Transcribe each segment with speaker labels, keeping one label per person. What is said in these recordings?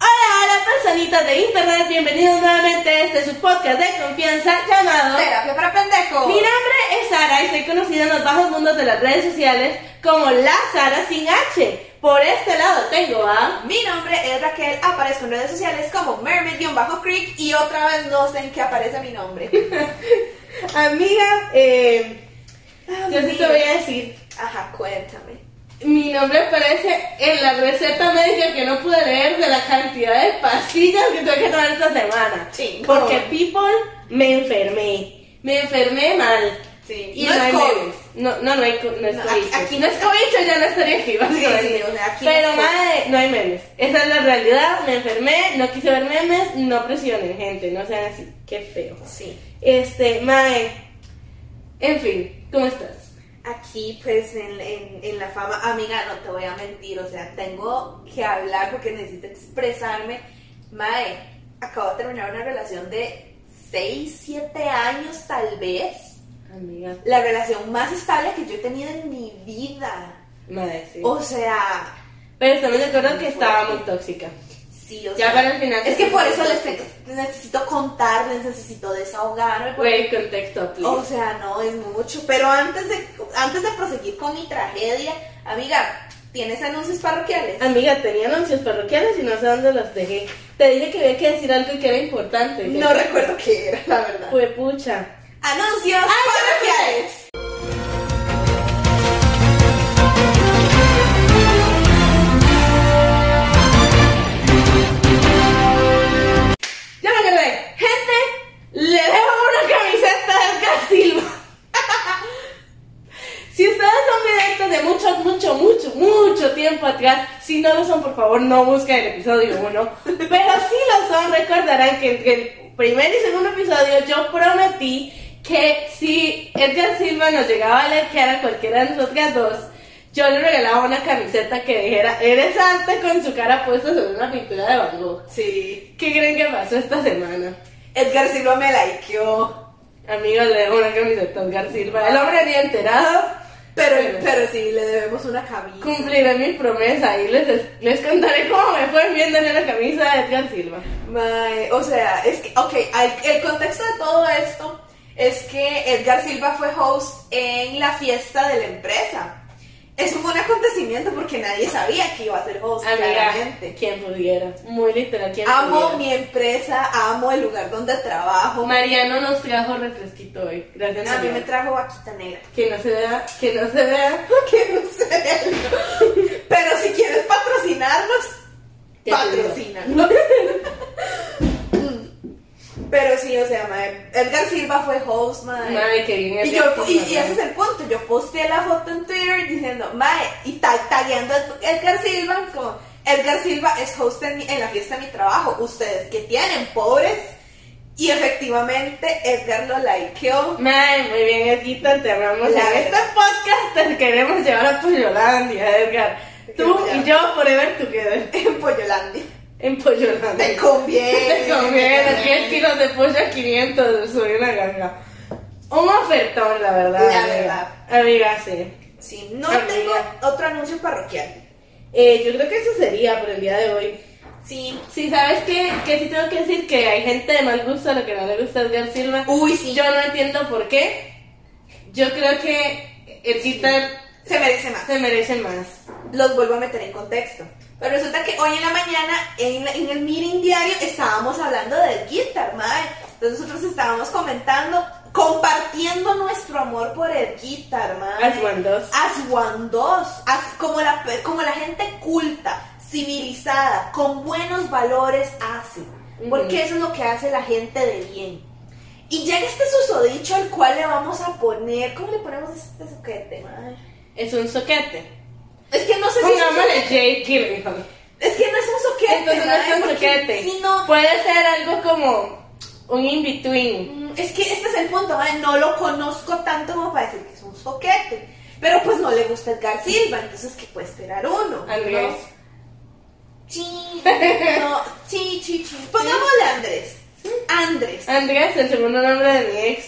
Speaker 1: Hola, hola personitas de internet, bienvenidos nuevamente a este su podcast de confianza llamado
Speaker 2: Terapia para pendejos.
Speaker 1: Mi nombre es Sara y soy conocida en los bajos mundos de las redes sociales como la Sara sin H. Por este lado tengo a
Speaker 2: mi nombre es Raquel, aparezco en redes sociales como Mermaid-Creek y otra vez no sé en qué aparece mi nombre.
Speaker 1: amiga, eh, yo sí te
Speaker 2: Amiga.
Speaker 1: voy a decir,
Speaker 2: Ajá, cuéntame.
Speaker 1: mi nombre aparece en la receta médica que no pude leer de la cantidad de pastillas que tuve que tomar esta semana.
Speaker 2: Chingón.
Speaker 1: Porque people me enfermé, me enfermé mal.
Speaker 2: Sí,
Speaker 1: Y
Speaker 2: no es
Speaker 1: hay
Speaker 2: COVID.
Speaker 1: bebés. No, no, no hay co- no es
Speaker 2: No,
Speaker 1: COVID.
Speaker 2: aquí- aquí
Speaker 1: no es COVID, yo ya no estaría aquí, básicamente.
Speaker 2: Sí, sí, o sea, aquí no
Speaker 1: Pero
Speaker 2: es
Speaker 1: madre, no hay memes. Esa es la realidad, me enfermé, no quise ver memes, no presionen, gente, no sean así. Qué feo.
Speaker 2: Sí.
Speaker 1: Este, madre, en fin, ¿cómo estás?
Speaker 2: Aquí, pues, en, en- en la fama, amiga, no te voy a mentir, o sea, tengo que hablar porque necesito expresarme. Mae, acabo de terminar una relación de 6, 7 años, tal vez.
Speaker 1: Amiga,
Speaker 2: la relación más estable que yo he tenido en mi vida.
Speaker 1: madre, sí.
Speaker 2: O sea,
Speaker 1: Pero estamos de acuerdo que
Speaker 2: Oh, Fuerte.
Speaker 1: estaba muy tóxica.
Speaker 2: sí, o
Speaker 1: Ya
Speaker 2: sea.
Speaker 1: para el final.
Speaker 2: Es que por eso les tengo- necesito contarles, necesito desahogarme. porque-
Speaker 1: Güey, contexto, please.
Speaker 2: o sea, no, es mucho. Pero antes de, antes de proseguir con mi tragedia, amiga, ¿tienes anuncios parroquiales?
Speaker 1: Amiga, tenía anuncios parroquiales y no sé dónde los dejé. Te dije que había que decir algo que era importante. ¿ya?
Speaker 2: No recuerdo qué era, la verdad.
Speaker 1: Fue pucha.
Speaker 2: Anuncios parroquiales.
Speaker 1: Ya me acordé. Gente, le dejo una camiseta a Edgar Silva. si ustedes son videntes de mucho, mucho, mucho, mucho tiempo atrás, si no lo son, por favor, no busquen el episodio 1. Pero si lo son, recordarán que entre el primer y segundo episodio yo prometí que si Edgar Silva nos llegaba a leer a cualquiera de nosotras dos, yo le regalaba una camiseta que dijera, eres arte con su cara puesta sobre una pintura de Van Gogh.
Speaker 2: Sí.
Speaker 1: ¿Qué creen que pasó esta semana?
Speaker 2: Edgar Silva me likeó.
Speaker 1: Amigos, le dejo una camiseta a Edgar Silva. El hombre ni enterado.
Speaker 2: Pero, pero sí, le debemos una camisa.
Speaker 1: Cumpliré mi promesa y les, les contaré cómo me fue viéndole la camisa a Edgar Silva.
Speaker 2: Mae, o sea, es que, ok, al- el contexto de todo esto es que Edgar Silva fue host en la fiesta de la empresa. Eso fue un acontecimiento porque nadie sabía que iba a ser host,
Speaker 1: Amiga,
Speaker 2: claramente.
Speaker 1: quien pudiera. Muy literal, quien
Speaker 2: Amo
Speaker 1: pudiera.
Speaker 2: mi empresa, amo el lugar donde trabajo.
Speaker 1: Mariano nos trajo refresquito hoy. Gracias,
Speaker 2: A mí me
Speaker 1: Mariano.
Speaker 2: trajo vaquita negra.
Speaker 1: Que no se vea, que no se vea.
Speaker 2: Que no sé. Pero si quieres patrocinarnos,
Speaker 1: Ya te digo.
Speaker 2: patrocínanos. Mm. Pero sí, o sea, mae, Edgar Silva fue host, mae.
Speaker 1: Madre, que bien
Speaker 2: Y, yo,
Speaker 1: Edgar
Speaker 2: y,
Speaker 1: Silva,
Speaker 2: y ese es el punto, yo posteé la foto en Twitter diciendo, mae, y ta- tagueando a Edgar Silva, como, Edgar Silva es host en, mi- en la fiesta de mi trabajo, ustedes que tienen, pobres, y efectivamente Edgar lo likeó,
Speaker 1: Madre, muy bien, Edgar, te amamos.
Speaker 2: La
Speaker 1: en este
Speaker 2: verdad.
Speaker 1: podcast te queremos llevar a Pollolandia, Edgar. Tú y yo forever together.
Speaker 2: en Pollolandia,
Speaker 1: En Pollolandia.
Speaker 2: te conviene,
Speaker 1: Te conviene, 10 kilos de pollo a 500, soy una ganga. Un ofertón, la verdad.
Speaker 2: La
Speaker 1: amiga.
Speaker 2: verdad.
Speaker 1: Amiga, sí.
Speaker 2: Sí, no
Speaker 1: Amiga.
Speaker 2: tengo otro anuncio parroquial,
Speaker 1: Eh, yo creo que eso sería por el día de hoy.
Speaker 2: sí,
Speaker 1: Sí, ¿sabes qué? Que sí tengo que decir que hay gente de mal gusto a lo que no le gusta Edgar Silva.
Speaker 2: uy, sí,
Speaker 1: Yo no entiendo por qué. Yo creo que el Twitter
Speaker 2: se merece más.
Speaker 1: se merece más.
Speaker 2: los vuelvo a meter en contexto. Pero resulta que hoy en la mañana, en, la- en el meeting diario, estábamos hablando del guitar, madre. Entonces nosotros estábamos comentando, compartiendo nuestro amor por el guitar, madre.
Speaker 1: As one does.
Speaker 2: As one does. As- como, la, pe- como la gente culta, civilizada, con buenos valores hace. Porque
Speaker 1: Ujú.
Speaker 2: eso es lo que hace la gente de bien. Y llega este susodicho al cual le vamos a poner. ¿Cómo le ponemos este soquete, madre?
Speaker 1: Es un soquete.
Speaker 2: Es que no sé si. es un
Speaker 1: Pongámosle
Speaker 2: soquete.
Speaker 1: Jake Gyllenhaal.
Speaker 2: Es que no es un soquete.
Speaker 1: Entonces no
Speaker 2: madre,
Speaker 1: es un
Speaker 2: porque
Speaker 1: soquete.
Speaker 2: Si no.
Speaker 1: Puede ser algo como un in-between.
Speaker 2: Mm, Es que este es el punto, madre, no lo conozco tanto como para decir que es un soquete. Pero pues no le gusta Edgar Silva, entonces ¿qué puede esperar uno?
Speaker 1: Andrés.
Speaker 2: No. Sí, no, sí, sí, sí. Pongámosle Andrés. Andrés.
Speaker 1: Andrés, el segundo nombre de mi ex.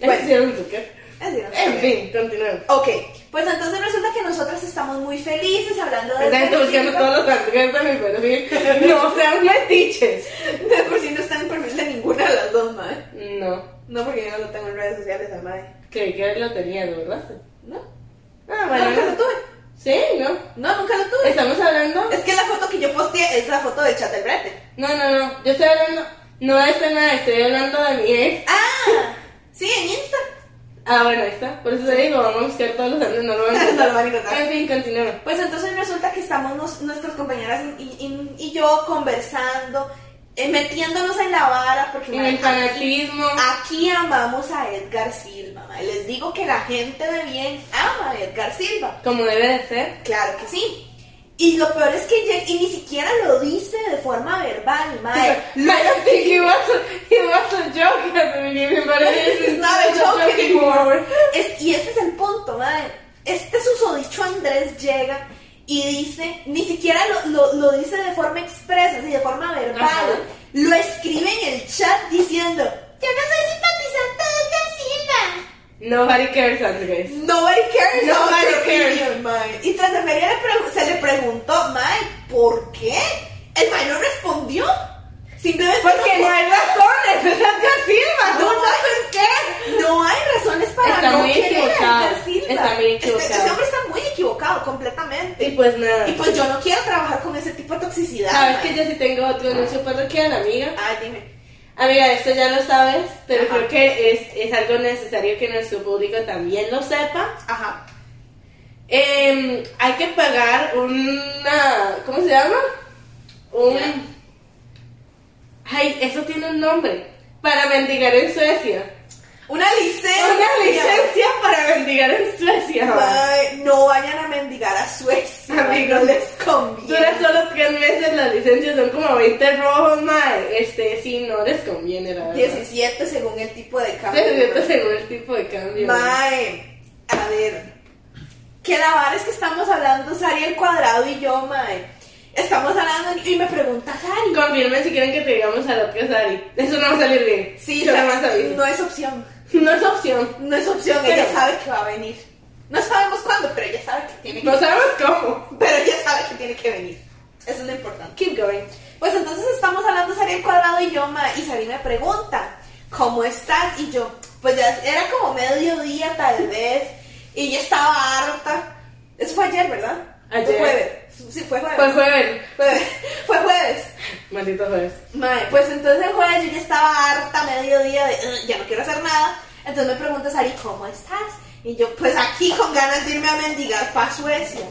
Speaker 1: Le
Speaker 2: Bueno.
Speaker 1: hicieron un soquete.
Speaker 2: Así no se
Speaker 1: En
Speaker 2: ve.
Speaker 1: fin, continuemos.
Speaker 2: Ok, pues entonces resulta que nosotras estamos muy felices hablando de...
Speaker 1: La gente buscando todos los Andrés de mi perfil. No sean metiches.
Speaker 2: De por sí no está en perfil de ninguna de las dos, madre.
Speaker 1: No.
Speaker 2: No, porque yo no lo tengo en redes sociales, a madre.
Speaker 1: Creí que lo tenías, ¿verdad?
Speaker 2: ¿No?
Speaker 1: Ah,
Speaker 2: No, nunca lo
Speaker 1: bueno.
Speaker 2: tuve.
Speaker 1: Sí, ¿no?
Speaker 2: No, nunca lo tuve.
Speaker 1: Estamos hablando.
Speaker 2: Es que la foto que yo posteé es la foto del chat del brete.
Speaker 1: No, no, no. Yo estoy hablando. No de esta nada, estoy hablando de mi ex.
Speaker 2: ¡Ah! Sí, en Insta.
Speaker 1: Ah, bueno, ahí está. Por eso te digo, vamos a buscar todos los Andrés. No lo van a
Speaker 2: No lo van a
Speaker 1: encontrar.
Speaker 2: encontrar.
Speaker 1: En fin, continuemos.
Speaker 2: Pues entonces resulta que estamos nos- nuestras compañeras y, y- y yo conversando, eh, metiéndonos en la vara, porque
Speaker 1: En
Speaker 2: madre,
Speaker 1: el fanatismo.
Speaker 2: Aquí amamos a Edgar Silva. ma. Les digo que la gente de bien ama a Edgar Silva.
Speaker 1: Como debe de ser.
Speaker 2: Claro que sí. Y lo peor es que lleg- y ni siquiera lo dice de forma verbal, mae.
Speaker 1: No, I don't think he was a, he was a joke at the beginning, but it
Speaker 2: It's
Speaker 1: is
Speaker 2: not a joke
Speaker 1: anymore.
Speaker 2: Es- y ese es el punto, mae. Este susodicho Andrés llega y dice, ni siquiera lo, lo- lo dice de forma expresa, ni de forma verbal.
Speaker 1: Ajá.
Speaker 2: Lo escribe en el chat diciendo, yo no soy simpatizante de Edgar Silva.
Speaker 1: Nobody cares, Andrés.
Speaker 2: Nobody cares.
Speaker 1: Nobody
Speaker 2: about your
Speaker 1: cares.
Speaker 2: opinion, mae. Y tras la feria le pregu- se le preguntó, Mae, ¿por qué? El Mae no respondió. Simplemente
Speaker 1: Porque no hay razones, es Edgar Silva.
Speaker 2: No, no hay qué. No hay razones para
Speaker 1: Está
Speaker 2: no
Speaker 1: muy
Speaker 2: querer a
Speaker 1: equivocado,
Speaker 2: Edgar Silva.
Speaker 1: está muy
Speaker 2: Este-
Speaker 1: equivocado.
Speaker 2: Este hombre está muy equivocado completamente.
Speaker 1: Y pues nada.
Speaker 2: Y pues yo no quiero trabajar con ese tipo de toxicidad.
Speaker 1: Sabes
Speaker 2: mae.
Speaker 1: que yo sí tengo otro anuncio parroquial, amiga.
Speaker 2: Ay, dime.
Speaker 1: Amiga, esto ya lo sabes, pero
Speaker 2: Ajá.
Speaker 1: creo que es, es algo necesario que nuestro público también lo sepa.
Speaker 2: Ajá.
Speaker 1: Em, hay que pagar una. ¿Cómo se llama? Un.
Speaker 2: Ya.
Speaker 1: Ay, eso tiene un nombre. Para mendigar en Suecia.
Speaker 2: Una licencia.
Speaker 1: Una licencia para mendigar en Suecia. ma.
Speaker 2: Mae, no vayan a mendigar a Suecia. mae,
Speaker 1: Amigos.
Speaker 2: No les conviene.
Speaker 1: Dura solo tres meses, las licencias son como 20 rojos, mae. Este, sí, no les conviene, la verdad.
Speaker 2: 17 según el tipo de cambio.
Speaker 1: 17 según el tipo de cambio. ma.
Speaker 2: Mae, a ver. ¿Qué la vara es que estamos hablando Sari el cuadrado y yo, mae? Estamos hablando y me pregunta Sari.
Speaker 1: Confirmen si quieren que te digamos a la que Sari. Eso no va a salir bien.
Speaker 2: Sí,
Speaker 1: Yo
Speaker 2: Sari,
Speaker 1: nada más aviso.
Speaker 2: no es opción.
Speaker 1: No es opción.
Speaker 2: No es opción,
Speaker 1: Pero-
Speaker 2: ella sabe que va a venir. No sabemos cuándo, pero ella sabe que tiene que
Speaker 1: No sabemos cómo.
Speaker 2: Pero ella sabe que tiene que venir. Eso es lo importante.
Speaker 1: Keep going.
Speaker 2: Pues entonces estamos hablando Sari al cuadrado y yo, ma, y Sari me pregunta, ¿cómo estás? Y yo, pues ya era como mediodía tal vez, y yo estaba harta. Eso fue ayer, ¿verdad? Fue
Speaker 1: Ayer.
Speaker 2: jueves. Sí, fue jueves.
Speaker 1: Pues Fue jueves.
Speaker 2: Jueves. Fue jueves.
Speaker 1: Maldito jueves.
Speaker 2: Mae, pues entonces el jueves yo ya estaba harta, mediodía, de, "Ugh, ya no quiero hacer nada. Entonces me pregunta Sari, ¿cómo estás? Y yo, pues aquí con ganas de irme a mendigar para Suecia.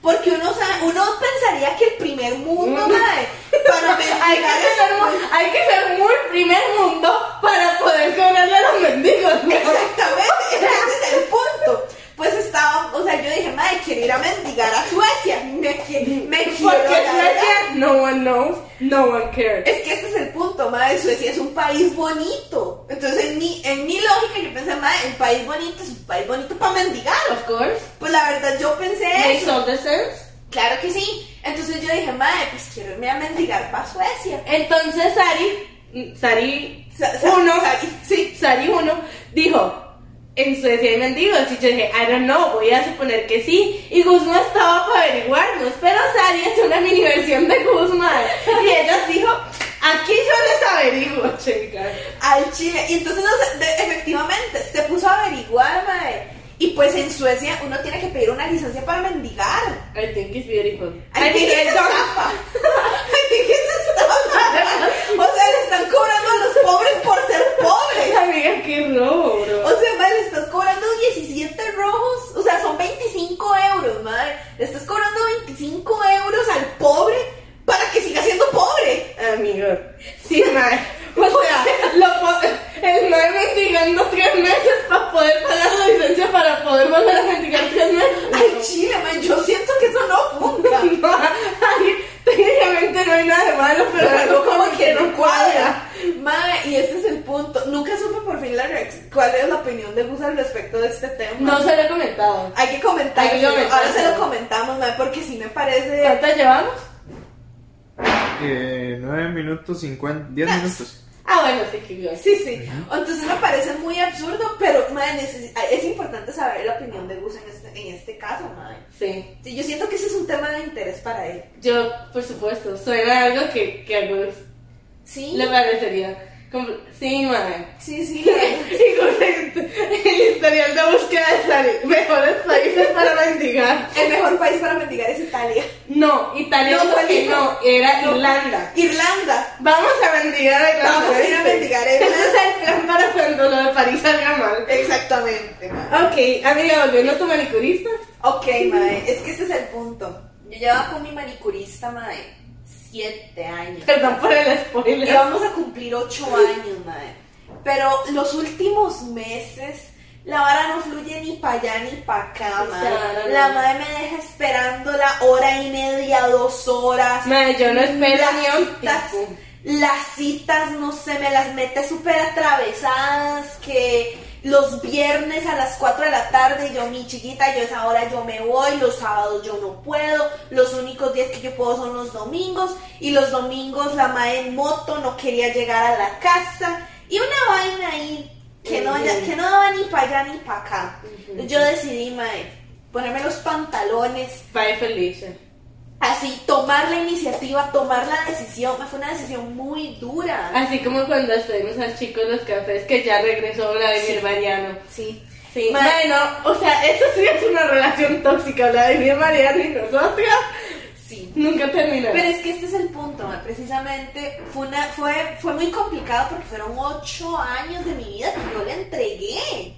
Speaker 2: Porque uno, sabe- uno pensaría que el primer mundo,
Speaker 1: Mm.
Speaker 2: mae, para
Speaker 1: Hay que,
Speaker 2: mendigar es
Speaker 1: ser muy, hay que ser muy primer mundo para poder cobrarle a los mendigos. ¿no?
Speaker 2: Exactamente, ese es el punto. Pues estaba, o sea, yo dije, madre, quiero ir a mendigar a Suecia. Me, qui- me
Speaker 1: Porque
Speaker 2: quiero largar.
Speaker 1: Suecia, no one knows, no one cares.
Speaker 2: Es que este es el punto, madre, Suecia es un país bonito. Entonces, en mi, en mi lógica, yo pensé, madre, el país bonito es un país bonito para mendigar.
Speaker 1: Of course.
Speaker 2: Pues la verdad, yo pensé
Speaker 1: Makes
Speaker 2: eso.
Speaker 1: all the sense.
Speaker 2: Claro que sí. Entonces yo dije, madre, pues quiero irme a mendigar para Suecia.
Speaker 1: Entonces Sari, Sari,
Speaker 2: Sa- sa-
Speaker 1: Uno.
Speaker 2: sa- Sí.
Speaker 1: Sari 1 dijo, en Suecia hay mendigos. Y yo dije, I don't know, voy a suponer que sí. Y Guzmán estaba para averiguarnos, pero Sari es una mini versión de Guzmán. Y ella dijo, aquí yo les averiguo, chicas.
Speaker 2: al Chile. Y entonces, no sé, de- efectivamente, se puso a averiguar, mae. Y pues en Suecia uno tiene que pedir una licencia para mendigar.
Speaker 1: I think it's beautiful.
Speaker 2: I think it's estafa. I think it's estafa. O sea, le están cobrando a los pobres por ser pobres.
Speaker 1: Amiga, qué robo, bro.
Speaker 2: O sea, mae, le estás cobrando 17 rojos. O sea, son 25 euros, mae. Le estás cobrando 25 euros al pobre para que siga siendo pobre.
Speaker 1: Amigo, sí, mae. O sea, lo po- más me la criticar tres meses.
Speaker 2: Ay, chile, man, yo siento que eso no funca.
Speaker 1: No, ay, técnicamente no hay nada de malo, pero algo como que no cuadra.
Speaker 2: Mae, y ese es el punto. Nunca supe por fin la reacción- cuál es la opinión de Gus al respecto de este tema.
Speaker 1: No se lo he comentado.
Speaker 2: Hay que comentar.
Speaker 1: Hay que comentar.
Speaker 2: Ahora se lo comentamos, mae, porque si me parece.
Speaker 1: ¿Cuántas llevamos?
Speaker 3: Eh, 9 minutos 50, 10 minutos.
Speaker 1: Ah, bueno, sí que yo.
Speaker 2: Sí, sí. Entonces me parece muy absurdo, pero mae, neces- es importante saber la opinión de Gus en este, en este caso, mae.
Speaker 1: Sí.
Speaker 2: Sí, yo siento que ese es un tema de interés para él.
Speaker 1: Yo, por supuesto, suena algo que, que a Gus
Speaker 2: Sí.
Speaker 1: le parecería. Como, sí, madre.
Speaker 2: Sí, sí.
Speaker 1: Y correcto. El historial de búsqueda de sali- mejores países para mendigar.
Speaker 2: El mejor país para mendigar es Italia.
Speaker 1: No, Italia
Speaker 2: No,
Speaker 1: dijo
Speaker 2: ¿cuál
Speaker 1: que
Speaker 2: dijo?
Speaker 1: no, era
Speaker 2: No.
Speaker 1: Irlanda.
Speaker 2: Irlanda.
Speaker 1: Vamos a mendigar a Irlanda.
Speaker 2: Vamos a ir a
Speaker 1: ¿viste?
Speaker 2: mendigar a
Speaker 1: Ese
Speaker 2: Irlanda.
Speaker 1: es el plan para cuando lo de París salga mal.
Speaker 2: Exactamente, mae.
Speaker 1: Ok, amiga, volviendo a tu manicurista.
Speaker 2: Ok, mae, es que ese es el punto. Yo llevaba con mi manicurista, mae, siete años.
Speaker 1: Perdón por el spoiler.
Speaker 2: Y vamos a cumplir ocho años, mae. Pero los últimos meses, la vara no fluye ni para allá ni para acá,
Speaker 1: O
Speaker 2: mae.
Speaker 1: sea, no,
Speaker 2: La
Speaker 1: no.
Speaker 2: mae me deja esperando la hora y media, dos horas.
Speaker 1: Madre, yo no espero
Speaker 2: Las
Speaker 1: ni a un
Speaker 2: citas,
Speaker 1: tipo.
Speaker 2: las citas, no sé, me las mete súper atravesadas, que los viernes a las 4 de la tarde yo, mi chiquita, yo a esa hora yo me voy, los sábados yo no puedo, los únicos días que yo puedo son los domingos, y los domingos la madre en moto no quería llegar a la casa, y una vaina ahí que no,
Speaker 1: Ujú.
Speaker 2: que no daba ni para allá ni para acá.
Speaker 1: Ujú.
Speaker 2: Yo decidí, mae, ponerme los pantalones
Speaker 1: Bye, Felicia.
Speaker 2: así tomar la iniciativa, tomar la decisión, fue una decisión muy dura.
Speaker 1: Así como cuando despedimos al chico de los cafés que ya regresó Vladimir
Speaker 2: Sí.
Speaker 1: Mariano.
Speaker 2: Sí.
Speaker 1: Sí.
Speaker 2: Ma-
Speaker 1: Bueno, o sea, eso sí es una relación tóxica, Vladimir Mariano y nosotras
Speaker 2: Sí.
Speaker 1: nunca terminamos.
Speaker 2: Pero es que este es el punto, ma, precisamente fue, una, fue, fue muy complicado porque fueron ocho años de mi vida que yo le entregué.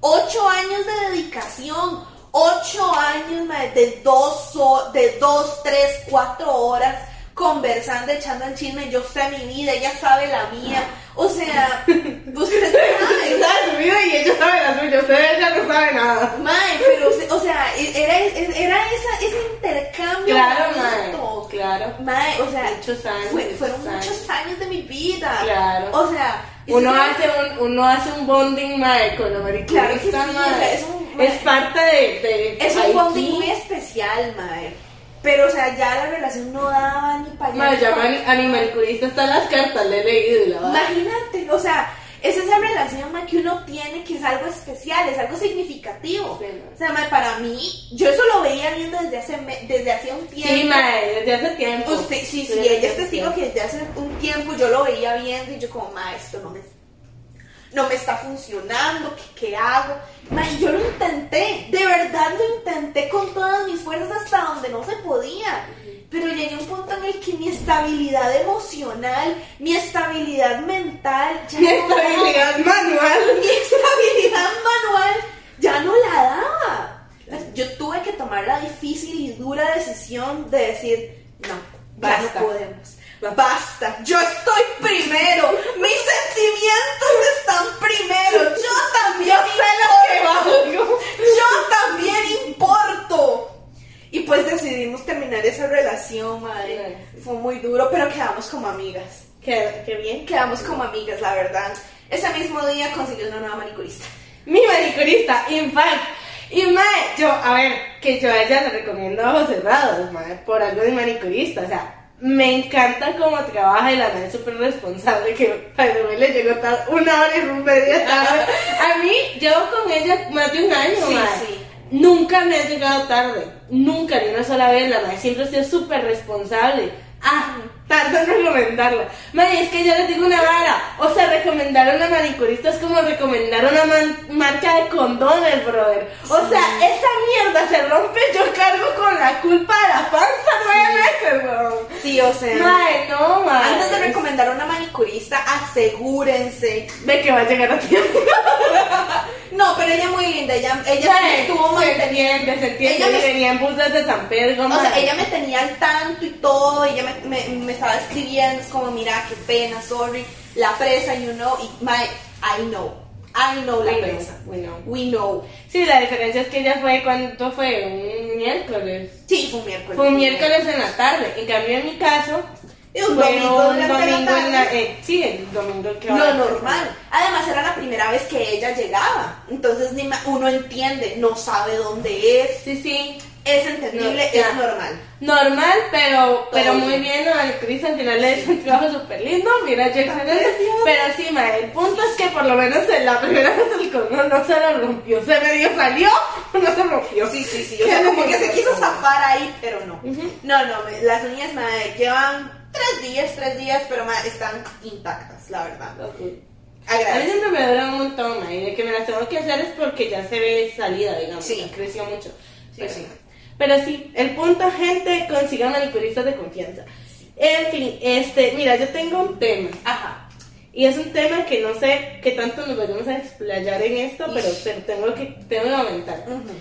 Speaker 2: Ocho años de dedicación, ocho años ma, de dos, ho- de dos, tres, cuatro horas conversando, echando el chisme, yo sé mi vida, ella sabe la mía. O sea, usted sabe,
Speaker 1: Ella sabe su vida y ella sabe la suya, ustedes ya no saben nada.
Speaker 2: Mae, pero, se- o sea, era, era esa, ese intercambio.
Speaker 1: Claro,
Speaker 2: bonito.
Speaker 1: madre. Claro.
Speaker 2: Mae, o sea,
Speaker 1: Muchos años,
Speaker 2: fue- fueron
Speaker 1: muchos
Speaker 2: muchos años de mi vida.
Speaker 1: Claro.
Speaker 2: O sea, y
Speaker 1: Uno
Speaker 2: se-
Speaker 1: hace un, uno hace un bonding madre con la manicurista,
Speaker 2: Claro que sí,
Speaker 1: madre.
Speaker 2: o sea, es un-
Speaker 1: Es parte de, de
Speaker 2: Es
Speaker 1: ahí
Speaker 2: un bonding
Speaker 1: sí.
Speaker 2: muy especial, mae. Pero, o sea, ya la relación no daba ni para allá.
Speaker 1: Madre,
Speaker 2: ni
Speaker 1: ya
Speaker 2: pa'
Speaker 1: mani- a mi manicurista están las cartas, le he leído y la verdad.
Speaker 2: Imagínate, o sea, es esa relación ma, que uno tiene que es algo especial, es algo significativo.
Speaker 1: Sí, ma.
Speaker 2: o sea, ma, para mí, yo eso lo veía viendo desde hace, me- desde hace un tiempo.
Speaker 1: Sí, madre, desde hace tiempo.
Speaker 2: Usted, sí, sí,
Speaker 1: Desde
Speaker 2: ella es
Speaker 1: hace
Speaker 2: testigo que desde hace un tiempo yo lo veía viendo y yo como, ma, esto no me, no me está funcionando, ¿qué, qué hago? Ma, y yo lo intenté, de verdad lo intenté con todas mis fuerzas hasta donde no se podía. Pero llegué a un punto en el que mi estabilidad emocional, mi estabilidad mental, ya
Speaker 1: Mi
Speaker 2: no daba.
Speaker 1: estabilidad manual.
Speaker 2: mi estabilidad manual ya no la daba. Yo tuve que tomar la difícil y dura decisión de decir, no, ya
Speaker 1: Basta.
Speaker 2: no podemos. Basta, yo estoy primero, mis sentimientos están primero, yo también importo, yo también importo. Y pues decidimos terminar esa relación, madre. Fue muy duro, pero quedamos como amigas.
Speaker 1: Qué, qué bien.
Speaker 2: Quedamos como amigas, la verdad. Ese mismo día consiguió una nueva manicurista.
Speaker 1: Mi manicurista, in fact. Y mae, yo, a ver, que yo a ella le recomiendo ojos cerrados, mae, por algo de manicurista, o sea. Me encanta cómo trabaja y la mae es súper responsable que by the way, le llegó tar- una hora y media tarde. A mí, llevo con ella más de un año,
Speaker 2: Sí,
Speaker 1: mae.
Speaker 2: sí.
Speaker 1: Nunca me ha llegado tarde, nunca, ni una sola vez, la mae siempre ha sido súper responsable. Ah, tarde en recomendarla. Mae, es que yo les digo una vara, o sea, recomendaron a manicuristas como recomendar una man- marca de condones, brother. O sea, esa mierda se rompe, yo cargo con la culpa de la panza nueve meses, weón.
Speaker 2: Sí, o sea.
Speaker 1: Mae, no, mae.
Speaker 2: Antes de recomendar a una manicurista, asegúrense.
Speaker 1: De que va a llegar a tiempo.
Speaker 2: No, pero ella muy linda, ella, ella
Speaker 1: Mae,
Speaker 2: me estuvo
Speaker 1: se
Speaker 2: manteniendo.
Speaker 1: entiende, se entiende.
Speaker 2: Ella me-
Speaker 1: y venía en bus desde San Pedro,
Speaker 2: O sea,
Speaker 1: mae.
Speaker 2: ella me tenía al tanto y todo, ella me, me- me estaba escribiendo, es como, mira, qué pena, sorry, la presa, you know, y my, I know, I know la
Speaker 1: We know,
Speaker 2: prensa.
Speaker 1: we know.
Speaker 2: We know.
Speaker 1: Sí, la diferencia es que ella fue cuando fue un miércoles.
Speaker 2: Sí, fue un miércoles.
Speaker 1: Fue un miércoles en la tarde. En cambio, en mi caso,
Speaker 2: Y un
Speaker 1: fue
Speaker 2: domingo
Speaker 1: un
Speaker 2: durante la
Speaker 1: domingo en la-
Speaker 2: tarde.
Speaker 1: eh, sí, el domingo que
Speaker 2: Lo
Speaker 1: ahora-
Speaker 2: normal. Además era la primera vez que ella llegaba. Entonces ni ma- uno entiende, no sabe dónde es.
Speaker 1: Sí, sí.
Speaker 2: Es entendible,
Speaker 1: No, ya.
Speaker 2: es normal.
Speaker 1: Normal, pero, pero
Speaker 2: bien.
Speaker 1: muy bien, ¿no? al Cris al final le hizo un trabajo súper lindo, mira, yo
Speaker 2: precioso.
Speaker 1: pero sí, ma, el punto es que por lo menos en la primera vez el cono no se lo rompió, se medio salió, no se rompió.
Speaker 2: Sí, sí, sí. O
Speaker 1: Qué
Speaker 2: sea, como que se
Speaker 1: nervioso.
Speaker 2: quiso zafar ahí, pero no.
Speaker 1: Ujú.
Speaker 2: No, no, me- las uñas madre, llevan tres días, tres días, pero ma, están intactas, la verdad.
Speaker 1: Ok. A mí
Speaker 2: Agradezco.
Speaker 1: siempre me dura un montón, ma, y de que me las tengo que hacer es porque ya se ve salida, digamos,
Speaker 2: Sí.
Speaker 1: ya creció mucho.
Speaker 2: Sí,
Speaker 1: pero,
Speaker 2: sí.
Speaker 1: pero sí, el punto, gente, consigan manicuristas de confianza. En fin, este, mira, yo tengo un tema.
Speaker 2: Ajá.
Speaker 1: Y es un tema que no sé qué tanto nos vayamos a explayar en esto, pero,
Speaker 2: Ish.
Speaker 1: pero tengo que tengo que comentar.
Speaker 2: Ujú.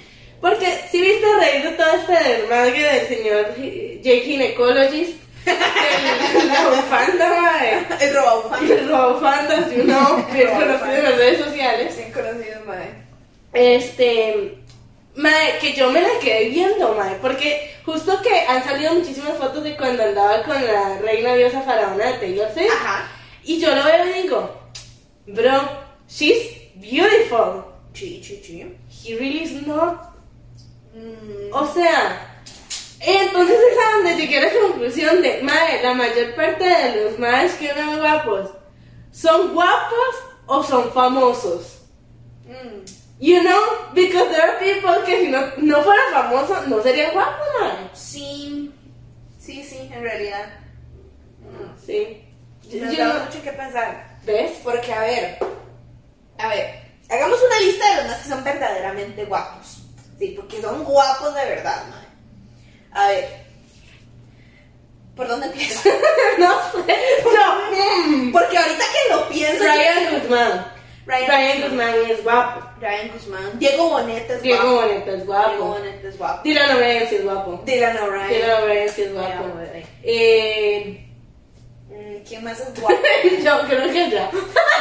Speaker 1: Porque si viste reír de todo este desmadre del señor G- Jake Gynecologist, el- la bufanda, eh,
Speaker 2: El robado fan.
Speaker 1: el robofandas, you know, bien conocido en las redes sociales.
Speaker 2: Sí, conocido, madre.
Speaker 1: eh. Este, mae, que yo me la quedé viendo, mae, porque justo que han salido muchísimas fotos de cuando andaba con la reina diosa faraona de Taylor Swift.
Speaker 2: Ajá.
Speaker 1: Y yo lo veo y digo, bro, she's beautiful.
Speaker 2: Sí, sí, sí.
Speaker 1: He really is not.
Speaker 2: Mm,
Speaker 1: O sea, entonces es a donde llegué a la conclusión de, madre, la mayor parte de los madres que uno ve guapos, ¿son guapos o son famosos?
Speaker 2: mm.
Speaker 1: You know, because there are people que si no, no fueran famosos, no serían guapos, madre.
Speaker 2: Sí, sí, sí, en realidad. Mm.
Speaker 1: Sí.
Speaker 2: Nos
Speaker 1: You
Speaker 2: da
Speaker 1: know-
Speaker 2: mucho que pensar.
Speaker 1: ¿Ves?
Speaker 2: Porque, a ver, a ver, hagamos una lista de los más que son verdaderamente guapos. Sí, porque son guapos de verdad, madre. A ver, ¿por dónde empiezo?
Speaker 1: no sé. No. mm.
Speaker 2: porque ahorita que lo pienso.
Speaker 1: Ryan Guzmán.
Speaker 2: Ryan
Speaker 1: Ryan Guzmán es guapo.
Speaker 2: Ryan Guzmán. Diego Boneta es
Speaker 1: Diego
Speaker 2: guapo.
Speaker 1: Boneta es
Speaker 2: Diego
Speaker 1: guapo.
Speaker 2: Boneta es guapo.
Speaker 1: Dylan O'Brien sí es guapo.
Speaker 2: Dylan O'Brien.
Speaker 1: Dylan O'Brien sí es guapo. Eh,
Speaker 2: Mm, ¿Quién más es guapo?
Speaker 1: yo creo que ya.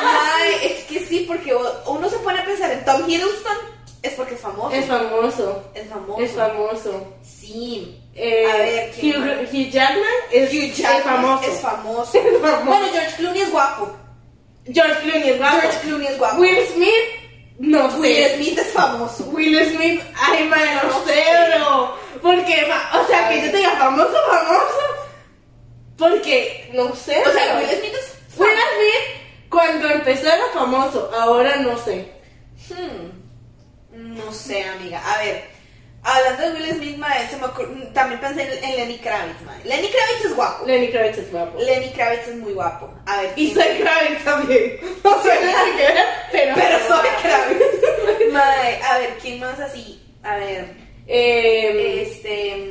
Speaker 2: Ay, es que sí, porque uno se pone a pensar en Tom Hiddleston, es porque es famoso.
Speaker 1: Es
Speaker 2: Es,
Speaker 1: famoso.
Speaker 2: famoso.
Speaker 1: Es famoso.
Speaker 2: Sí.
Speaker 1: Eh,
Speaker 2: A ver, ¿quién
Speaker 1: Hugh,
Speaker 2: más?
Speaker 1: Hugh Jackman es,
Speaker 2: Hugh
Speaker 1: es
Speaker 2: Jackman
Speaker 1: famoso.
Speaker 2: Es famoso.
Speaker 1: Es famoso.
Speaker 2: Bueno, George Clooney es guapo.
Speaker 1: George Clooney es guapo.
Speaker 2: George Clooney es guapo.
Speaker 1: Will Smith, no sé.
Speaker 2: Will Smith es famoso.
Speaker 1: Will Smith, ay, man,
Speaker 2: No
Speaker 1: no
Speaker 2: sé.
Speaker 1: sé, bro. Porque, fa- o sea,
Speaker 2: A
Speaker 1: que
Speaker 2: ver.
Speaker 1: yo te diga famoso, famoso. Porque, no sé.
Speaker 2: O sea,
Speaker 1: bro.
Speaker 2: Will Smith es
Speaker 1: Will Smith, cuando empezó era famoso, ahora no sé.
Speaker 2: Hmm. No sé, amiga. A ver, hablando de Will Smith, mae, se me ocur- también pensé en, en Lenny Kravitz, mae. Lenny Kravitz es guapo.
Speaker 1: Lenny Kravitz es guapo.
Speaker 2: Lenny Kravitz es muy guapo. A ver.
Speaker 1: Y
Speaker 2: ¿quién-
Speaker 1: soy Kravitz también. No soy nada que ver, pero.
Speaker 2: Pero soy Kravitz. Mae, a ver, ¿quién más así? A ver.
Speaker 1: Eh,
Speaker 2: Este.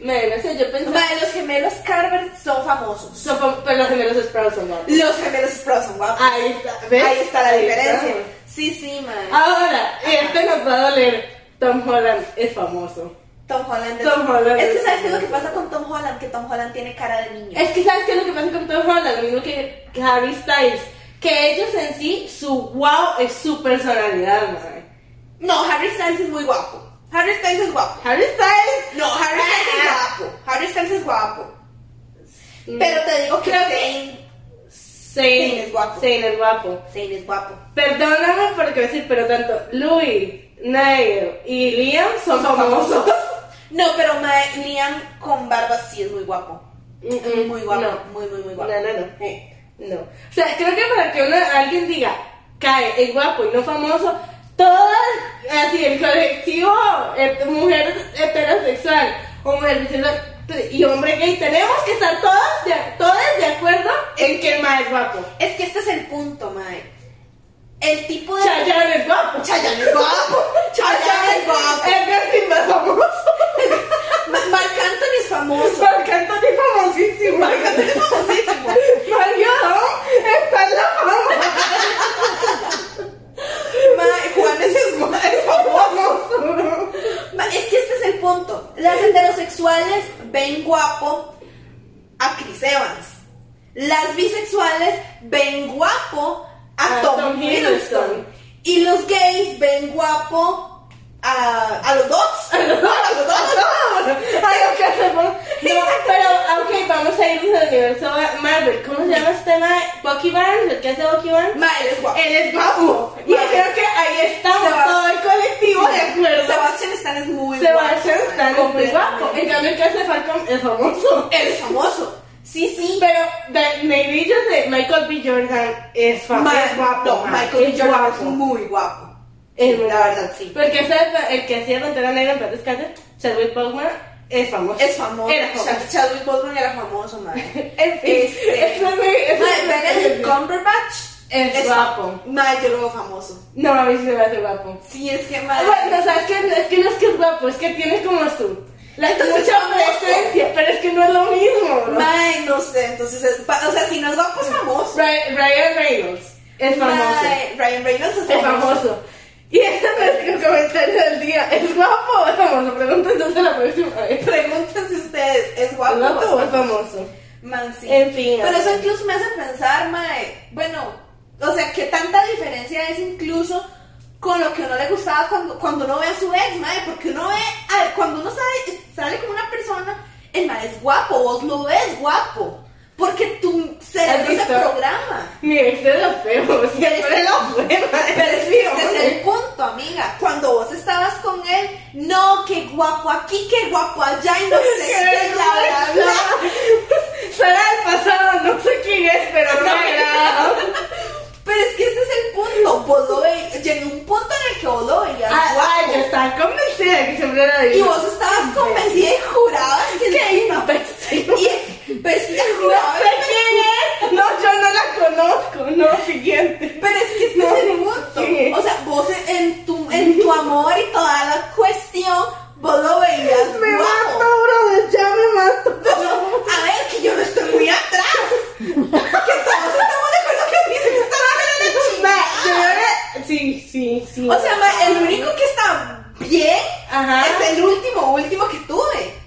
Speaker 1: man, no sé, yo pensaba.
Speaker 2: Mae, los gemelos Carver son famosos.
Speaker 1: Son fam- pero los gemelos Sprout son guapos.
Speaker 2: Los gemelos Sprout son guapos.
Speaker 1: Ahí está, ¿ves?
Speaker 2: Ahí está la
Speaker 1: Ahí
Speaker 2: diferencia.
Speaker 1: está. Ah,
Speaker 2: Sí, sí, mae.
Speaker 1: Ahora, este nos va a doler. Tom Holland es famoso.
Speaker 2: Tom Holland.
Speaker 1: Tom Holland
Speaker 2: Es que
Speaker 1: es
Speaker 2: sabes qué es lo que
Speaker 1: famoso.
Speaker 2: pasa con Tom Holland, que Tom Holland tiene cara de niño.
Speaker 1: Es que sabes qué es lo que pasa con Tom Holland, lo mismo que Harry Styles, que ellos en sí, su wow es su personalidad, madre.
Speaker 2: No, Harry Styles es muy guapo. Harry Styles es guapo.
Speaker 1: Harry Styles,
Speaker 2: No, Harry Styles
Speaker 1: Ah.
Speaker 2: es guapo. Harry Styles es guapo. Pero te digo que
Speaker 1: Creo que-
Speaker 2: Zayn, Mm, Zayn
Speaker 1: Zane
Speaker 2: es guapo.
Speaker 1: Zayn es guapo.
Speaker 2: Zayn es guapo.
Speaker 1: Perdóname por decir, pero tanto Louis, Nair y Liam son, famosos.
Speaker 2: No, pero mae, Liam con barba sí es muy guapo.
Speaker 1: Mm, mm,
Speaker 2: Muy guapo,
Speaker 1: No.
Speaker 2: muy, muy, muy
Speaker 1: No,
Speaker 2: guapo.
Speaker 1: no, no.
Speaker 2: Eh.
Speaker 1: No. O sea, creo que para que una- alguien diga, cae, es guapo y no famoso, todo así, el colectivo, eh, mujer heterosexual, o mujer bisexual y hombre gay, tenemos que estar todos de, todos de acuerdo en que el más es guapo.
Speaker 2: Es que este es el punto, mae. El tipo de.
Speaker 1: Chayanne es guapo.
Speaker 2: Chayanne es guapo. Chayanne es guapo.
Speaker 1: Edgar Silva es famoso.
Speaker 2: Ma- Marc Anthony es famoso.
Speaker 1: Marc Anthony es famosísimo.
Speaker 2: Marc Anthony es famosísimo.
Speaker 1: Mario Dom está en la fama.
Speaker 2: Mae, Juanes es, ma- es famoso. Ma- Es que este es el punto. Las heterosexuales ven guapo a Chris Evans. Las bisexuales ven guapo a, Tom, Hiddleston. Y los gays ven guapo a, a los dos. A los dos, a los dos, a los dos.
Speaker 1: Ay, ok, se pon- No, pero, ok, vamos a irnos al universo Marvel. ¿Cómo se llama este mae? Bucky Barnes, el que hace Bucky Barnes.
Speaker 2: Mae, él es guapo.
Speaker 1: Él es guapo. Y yo
Speaker 2: Mae.
Speaker 1: creo que ahí estamos
Speaker 2: Se va-
Speaker 1: todo el colectivo de acuerdo.
Speaker 2: Sebastian Stan es muy guapo.
Speaker 1: Sebastián Stan es muy guapo. En
Speaker 2: Completamente.
Speaker 1: cambio, el que hace Falcon es famoso.
Speaker 2: Él es famoso. Sí, sí.
Speaker 1: Pero de negrillos de Michael B. Jordan es famoso.
Speaker 2: Mae,
Speaker 1: Es guapo.
Speaker 2: no,
Speaker 1: mae.
Speaker 2: Michael
Speaker 1: Es
Speaker 2: Jordan es
Speaker 1: guapo.
Speaker 2: muy guapo.
Speaker 1: Es muy
Speaker 2: la
Speaker 1: guapo.
Speaker 2: verdad, sí.
Speaker 1: Porque ese- el que hacía Pantera Negra en Paz Descanse, Chadwick Boseman, es famoso.
Speaker 2: Es famoso.
Speaker 1: Era
Speaker 2: O
Speaker 1: famoso.
Speaker 2: sea, Chadwick Boseman era famoso, madre.
Speaker 1: En fin,
Speaker 2: Este-
Speaker 1: eso es mi- eso es mi-
Speaker 2: Benedict Cumberbatch
Speaker 1: Es guapo.
Speaker 2: Madre, yo lo veo famoso.
Speaker 1: No, a mí sí me parece guapo.
Speaker 2: Sí, es que
Speaker 1: Ah,
Speaker 2: madre.
Speaker 1: Bueno, ¿sabes qué? Es que no es que es guapo, es que tiene como su... La
Speaker 2: Entonces,
Speaker 1: mucha
Speaker 2: famoso.
Speaker 1: presencia, pero es que no es lo mismo, bro.
Speaker 2: Mae, no sé, entonces, es- pa- o sea, si no es guapo, es famoso.
Speaker 1: Ry- Ryan Reynolds es famoso.
Speaker 2: Mae, Ryan Reynolds es
Speaker 1: Es
Speaker 2: famoso.
Speaker 1: famoso. Y este es nuestro comentario del día. ¿Es guapo o es famoso? Pregunta entonces la próxima vez. ¿Es
Speaker 2: Pregúntense ustedes, ¿es guapo
Speaker 1: guapo
Speaker 2: o
Speaker 1: o es
Speaker 2: es famoso?
Speaker 1: famoso?
Speaker 2: Man, sí.
Speaker 1: En fin,
Speaker 2: Pero
Speaker 1: así.
Speaker 2: eso incluso me hace pensar, mae, bueno, o sea, que tanta diferencia es incluso con lo que uno le gustaba cuando, cuando uno ve a su ex, mae, porque uno ve, a- cuando uno sale, sale con una persona, el mae es guapo, vos lo ves guapo, porque tu cerebro se
Speaker 1: visto?
Speaker 2: programa.
Speaker 1: Mi ex era este feo.
Speaker 2: Este
Speaker 1: Siempre era feo.
Speaker 2: Pero es que este es el
Speaker 1: Pero
Speaker 2: punto, amiga. Cuando vos estabas con él, no, qué guapo aquí, qué guapo allá, y no sé qué, bla, bla, bla.
Speaker 1: Sara del pasado, no sé quién es, pero no era.
Speaker 2: Pero es que este es el punto, vos lo veías, llegó un punto en el que vos lo veías
Speaker 1: Ay, Ah, ay,
Speaker 2: guapo.
Speaker 1: yo estaba convencida de que siempre era de
Speaker 2: y vos estabas convencida y jurabas que
Speaker 1: ¡Qué imbécil! No sé
Speaker 2: y, pero es que jurabas
Speaker 1: quién es. No, yo no la conozco. No, siguiente.
Speaker 2: pero es que este
Speaker 1: No,
Speaker 2: es el
Speaker 1: no sé qué.
Speaker 2: punto. O sea, vos en tu, en tu amor y toda la cuestión, vos lo veías
Speaker 1: Me
Speaker 2: guapo.
Speaker 1: mato, brother, ya me mato.
Speaker 2: No, a ver, que yo no estoy muy atrás. que todos estamos de acuerdo que a mí se me está bajando
Speaker 1: Ma,
Speaker 2: la
Speaker 1: yo
Speaker 2: chingada.
Speaker 1: ahora- Sí, sí, sí.
Speaker 2: ah. O sea, ma, el único que está bien
Speaker 1: Ajá.
Speaker 2: es el último, último que tuve.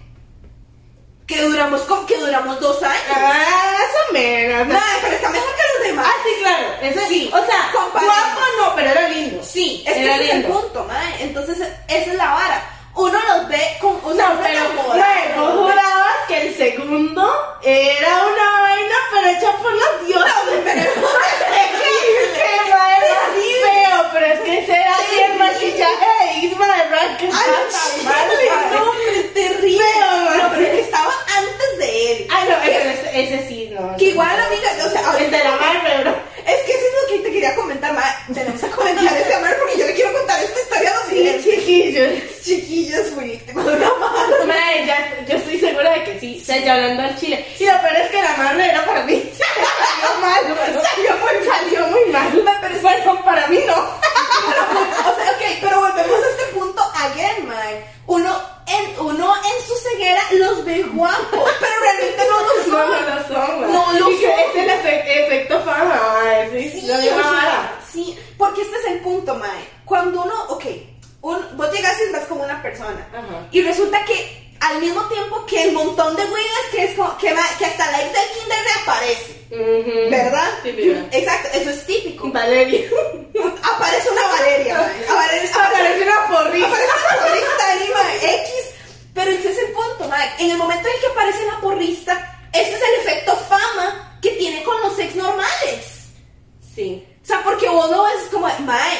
Speaker 2: Que duramos con, que duramos dos años.
Speaker 1: Ah, más o menos.
Speaker 2: Ma, pero está mejor que los demás.
Speaker 1: Ah, sí, claro. Ese
Speaker 2: Sí,
Speaker 1: sí. O sea,
Speaker 2: comparado.
Speaker 1: guapo no, pero era lindo.
Speaker 2: Sí, es que
Speaker 1: Ah, Era
Speaker 2: ese es el
Speaker 1: lindo.
Speaker 2: punto, mae. Entonces, esa es la vara. Uno los ve con una
Speaker 1: No, pero mae, vos jurabas que el segundo era una vaina, pero hecha por los dioses. Que mae, era feo, pero es que ese era así el
Speaker 2: Terrible.
Speaker 1: maquillaje de Isma de Black
Speaker 2: Ay, chale, no, hombre, terrible.
Speaker 1: Feo,
Speaker 2: No, pero es que estaba antes de él.
Speaker 1: Ah, no, ese, ese sí, no.
Speaker 2: Que igual, amiga, o sea,
Speaker 1: El
Speaker 2: ahorita
Speaker 1: de la Marvel, bro.
Speaker 2: Es que eso es lo que te quería comentar, ma. Tenemos que comentar este amor porque yo le quiero contar esta historia a los siguientes.
Speaker 1: chiquillos.
Speaker 2: Chiquillos, fui víctima de una mala.
Speaker 1: Mae, ya, yo estoy segura de que sí, está ya hablando al chile. Y lo peor es que la Marvel era para mí. Salió mal, salió muy, salió muy mal. Pero bueno, para mí no.
Speaker 2: O sea, ok, pero volvemos a este punto again, ma. Uno en, uno en su ceguera los ve guapos, pero realmente no los
Speaker 1: No,
Speaker 2: son.
Speaker 1: no lo son. ma.
Speaker 2: No lo
Speaker 1: Y que
Speaker 2: son.
Speaker 1: Este es el efe- efecto fama, ma, sí,
Speaker 2: Sí,
Speaker 1: la
Speaker 2: o
Speaker 1: misma
Speaker 2: sea,
Speaker 1: vara.
Speaker 2: sí, porque este es el punto, Mae. Cuando uno, ok, un- vos llegas y estás con una persona
Speaker 1: Ajá.
Speaker 2: y resulta que al mismo tiempo que el montón de huevas que es como- que, va- que hasta la ex del kinder reaparece,
Speaker 1: Ujú.
Speaker 2: ¿verdad?
Speaker 1: Típica.
Speaker 2: Exacto, eso es típico.
Speaker 1: Valeria.
Speaker 2: Aparece una Valeria, Mae. Aparece, aparece,
Speaker 1: Aparece una porrita.
Speaker 2: aparece una porrista ahí, Mae, X. Pero ese es el punto, Mae. En el momento en el que aparece la porrista, ese es el efecto fama que tiene con los ex normales.
Speaker 1: Sí.
Speaker 2: O sea, porque vos no es como, mae,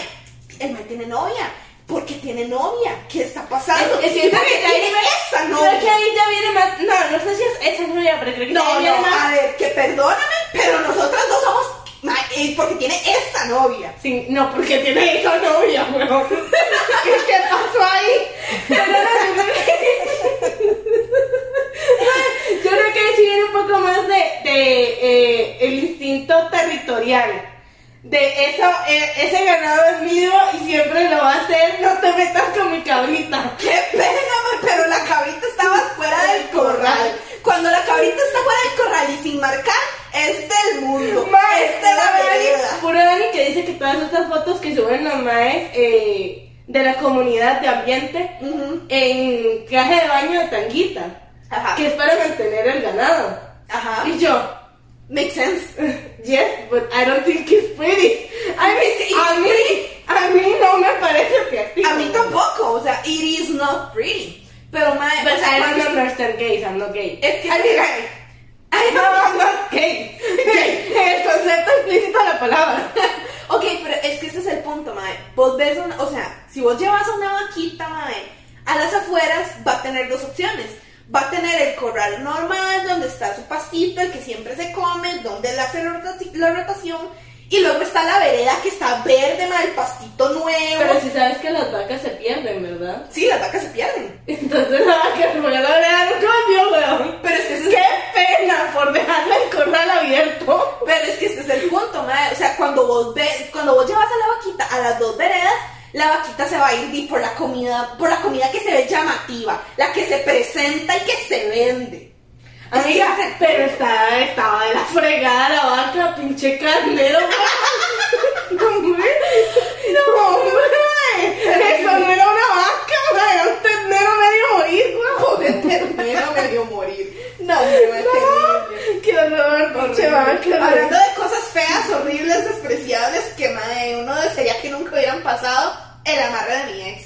Speaker 2: el mae tiene novia. Porque tiene novia. ¿Qué está pasando?
Speaker 1: Es- es-
Speaker 2: ¿Por
Speaker 1: creo
Speaker 2: qué
Speaker 1: que ahí
Speaker 2: tiene
Speaker 1: viene-
Speaker 2: esa
Speaker 1: Creo que
Speaker 2: novia?
Speaker 1: ahí ya viene más. No, no sé si es esa novia, pero creo que ya
Speaker 2: No,
Speaker 1: viene
Speaker 2: no,
Speaker 1: más.
Speaker 2: a ver, que perdóname, pero nosotras no somos, mae, eh, porque tiene esa novia.
Speaker 1: Sí, no, porque tiene esa novia, weón. ¿Qué, qué pasó ahí? Pero no, yo creo que- yo creo que sí viene un poco más de, de, eh, el instinto territorial. De eso, eh, ese ganado es mío y siempre lo va a hacer, no te metas con mi cabrita.
Speaker 2: ¡Qué pena, mae! Pero la cabrita estaba fuera del corral. Cuando la cabrita está fuera del corral y sin marcar, es del mundo. es
Speaker 1: Este
Speaker 2: de la vereda.
Speaker 1: Puro Dani que dice que todas estas fotos que suben los maes eh, de la comunidad de ambiente
Speaker 2: Ujú.
Speaker 1: en traje de baño de tanguita.
Speaker 2: Ajá.
Speaker 1: que es para mantener el ganado.
Speaker 2: Ajá.
Speaker 1: Y yo,
Speaker 2: Makes sense.
Speaker 1: yes, but I don't think it's pretty. I mean,
Speaker 2: Es que-
Speaker 1: a mí, A mí no me parece atractivo.
Speaker 2: A mí tampoco, o sea, it is not pretty. Pero mae,
Speaker 1: But
Speaker 2: o sea,
Speaker 1: I don't
Speaker 2: cuando-
Speaker 1: understand gays, I'm not gay.
Speaker 2: es que
Speaker 1: I mean, I-
Speaker 2: Ay,
Speaker 1: No, I'm not gay. El concepto explícito de la palabra.
Speaker 2: Ok, pero es que ese es el punto, mae. Vos ves una, o sea, si vos llevas a una vaquita, mae, a las afueras va a tener dos opciones. Va a tener el corral normal, donde está su pastito, el que siempre se come, donde él hace la, rota- la rotación. Y luego está la vereda que está verde, mae, el pastito nuevo.
Speaker 1: Pero si sabes que las vacas se pierden, ¿verdad?
Speaker 2: Sí, las vacas se pierden.
Speaker 1: Entonces la vaca se voy a dar un cambio, weón.
Speaker 2: Pero es que ese es-
Speaker 1: Qué pena por dejarle el corral abierto.
Speaker 2: Pero es que este es el punto, mae. O sea, cuando vos ves, cuando vos llevas a la vaquita a las dos veredas, la vaquita se va a ir di, por la comida, por la comida que se ve llamativa, la que se presenta y que se vende. Así
Speaker 1: Amiga,
Speaker 2: que-
Speaker 1: pero estaba, estaba de la fregada la vaca, pinche carnero. No, hombre. No, hombre. Eso no era una vaca, güey. Era un ternero medio morir,
Speaker 2: Joder, ternero me dio morir. No, hombre, mae, terrible.
Speaker 1: güey. Qué horror, pinche vaca.
Speaker 2: Hablando de cosas feas, horribles, despreciables que mae, uno desearía que nunca hubieran pasado, el amarre de mi ex.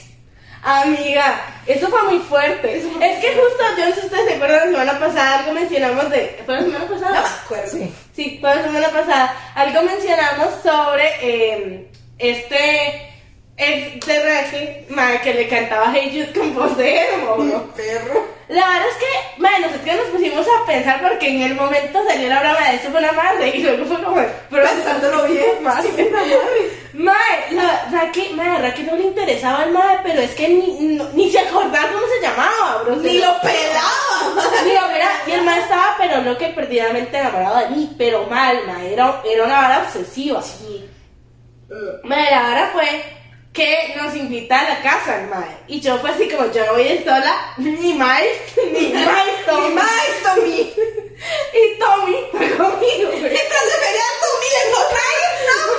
Speaker 1: Amiga, eso fue muy fuerte.
Speaker 2: Eso fue-
Speaker 1: Es que justo, yo no sé si ustedes se acuerdan, la semana pasada algo mencionamos de... ¿Fue la semana
Speaker 2: No me
Speaker 1: pasada?
Speaker 2: acuerdo.
Speaker 1: Sí, fue la semana pasada. Algo mencionamos sobre eh, este... Este ranking, ma, que le cantaba Hey Jude con voz de Elmo,
Speaker 2: Mi
Speaker 1: ¿no?
Speaker 2: perro.
Speaker 1: La verdad es que, bueno, nosotros nos pusimos a pensar porque en el momento salió la broma de eso fue una madre y luego fue como, pero
Speaker 2: Pensándolo bien, mae. sí, un amarre.
Speaker 1: Mae, la Raquel, mae, Raquel no le interesaba al mae, pero es que ni, no- ni se acordaba cómo se llamaba, bro.
Speaker 2: Ni lo pelaba.
Speaker 1: Ni lo era, y el mae estaba, pero no que perdidamente enamorado de mí, pero mal, mae, era, era una vara obsesiva. Mae, la vara fue que nos invita a la casa, el mae, y yo fue así como, yo no voy a ir sola, ni más, ni más,
Speaker 2: Tommy,
Speaker 1: toma.
Speaker 2: Tommy.
Speaker 1: Y Tommy fue conmigo, güey.
Speaker 2: Mientras le pelea a Tommy, le encontraron.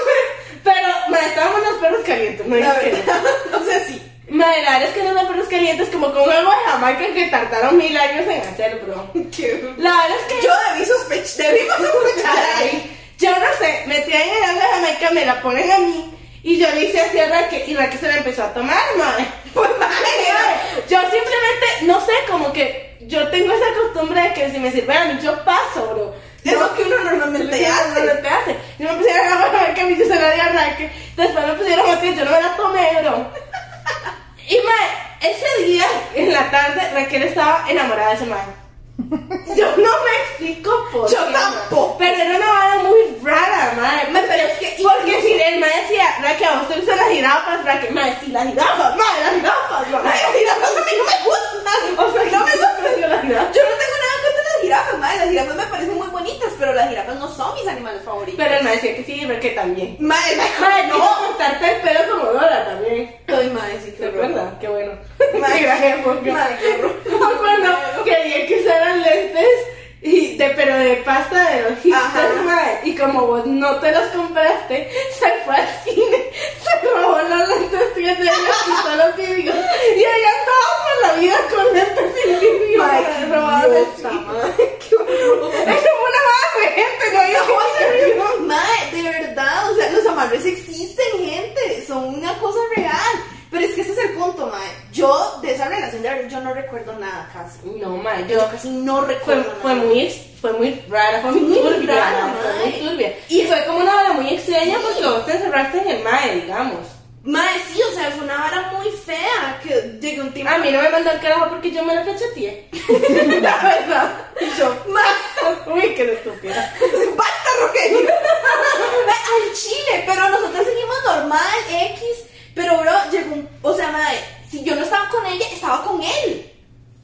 Speaker 1: Pero, mae, estábamos los perros calientes, no
Speaker 2: No, la
Speaker 1: es que no.
Speaker 2: verdad, no sé si.
Speaker 1: Madre, la verdad es que no los perros calientes como con algo de Jamaica que tardaron mil años en hacer, bro.
Speaker 2: Yo
Speaker 1: La verdad es que
Speaker 2: debí sospechar, debimos sospechar ahí.
Speaker 1: Ay, yo no sé, me traen el agua de Jamaica, me la ponen a mí y yo le hice así a Raquel y Raquel se la empezó a tomar, madre.
Speaker 2: Pues madre,
Speaker 1: Yo simplemente, no sé, como que yo tengo esa costumbre de que si me sirven a mí yo paso, bro.
Speaker 2: es lo que uno normalmente hace.
Speaker 1: te hace. Y me pusieron a Jamaica que yo se la di a Raquel. Después me pusieron otra y yo no me la tomé, bro. Y mae, ese día, en la tarde, Raquel estaba enamorada de ese mae. Yo no me explico por
Speaker 2: Yo
Speaker 1: qué, mae.
Speaker 2: tampoco.
Speaker 1: Pero era una vara muy rara, mae.
Speaker 2: Me parece que.
Speaker 1: Porque si el mae decía, Raquel, a vos te gustan las jirafas, Raquel, mae, sí, las jirafas, mae, las jirafas, mae.
Speaker 2: Ay, las jirafas a mí no me gustan.
Speaker 1: O sea,
Speaker 2: no me gustan.
Speaker 1: gustan las jirafas.
Speaker 2: Yo no tengo nada contra las jirafas, madre. Las jirafas me parecen muy bonitas, pero las jirafas no son mis animales favoritos.
Speaker 1: Pero el mae decía que sí, Raquel también.
Speaker 2: Madre,
Speaker 1: Mae,
Speaker 2: madre,
Speaker 1: no, cortarte el pelo como Dora también.
Speaker 2: Ay, madre, sí,
Speaker 1: ¿Te
Speaker 2: qué
Speaker 1: acuerdas?
Speaker 2: horror.
Speaker 1: Qué bueno.
Speaker 2: Madre,
Speaker 1: Gracias, porque-
Speaker 2: Madre, qué horror.
Speaker 1: O cuando quería que usaran lentes y de, pero de pasta de
Speaker 2: Ajá.
Speaker 1: ojitos, mae, y como vos no te los compraste, se fue al cine, se robó los lentes que tenía y quitó los vidrios, y ella andaba por la vida con lentes sin vidrios,
Speaker 2: Mae,
Speaker 1: mae,
Speaker 2: qué
Speaker 1: robados del
Speaker 2: idiota,
Speaker 1: cine.
Speaker 2: mae, qué horror.
Speaker 1: Eso fue una mala de gente, no había cómo hacerlo.
Speaker 2: Mae, de verdad, o sea, los amarres existen, gente, son una cosa real. Pero es que ese es el punto, mae. Yo, de esa relación, de verdad, yo no recuerdo nada casi.
Speaker 1: No, mae,
Speaker 2: Yo
Speaker 1: yo
Speaker 2: casi no
Speaker 1: fue,
Speaker 2: recuerdo nada.
Speaker 1: fue muy ex- fue muy rara, fue muy
Speaker 2: Muy
Speaker 1: turbia,
Speaker 2: rara,
Speaker 1: ¿no? fue
Speaker 2: mae.
Speaker 1: muy turbia. Y fue como una hora muy extraña porque vos te encerraste en el mae, digamos.
Speaker 2: Mae, sí, o sea, fue una vara muy fea que llegó un tiempo.
Speaker 1: A mí no me mandó el carajo porque yo me la cacheteé. La verdad. Y yo,
Speaker 2: Mae,
Speaker 1: uy, qué estúpida.
Speaker 2: basta, Rogelio. Mae, al chile, pero nosotros seguimos normal, X. Pero, bro, llegó un. O sea, mae, si yo no estaba con ella, estaba con él.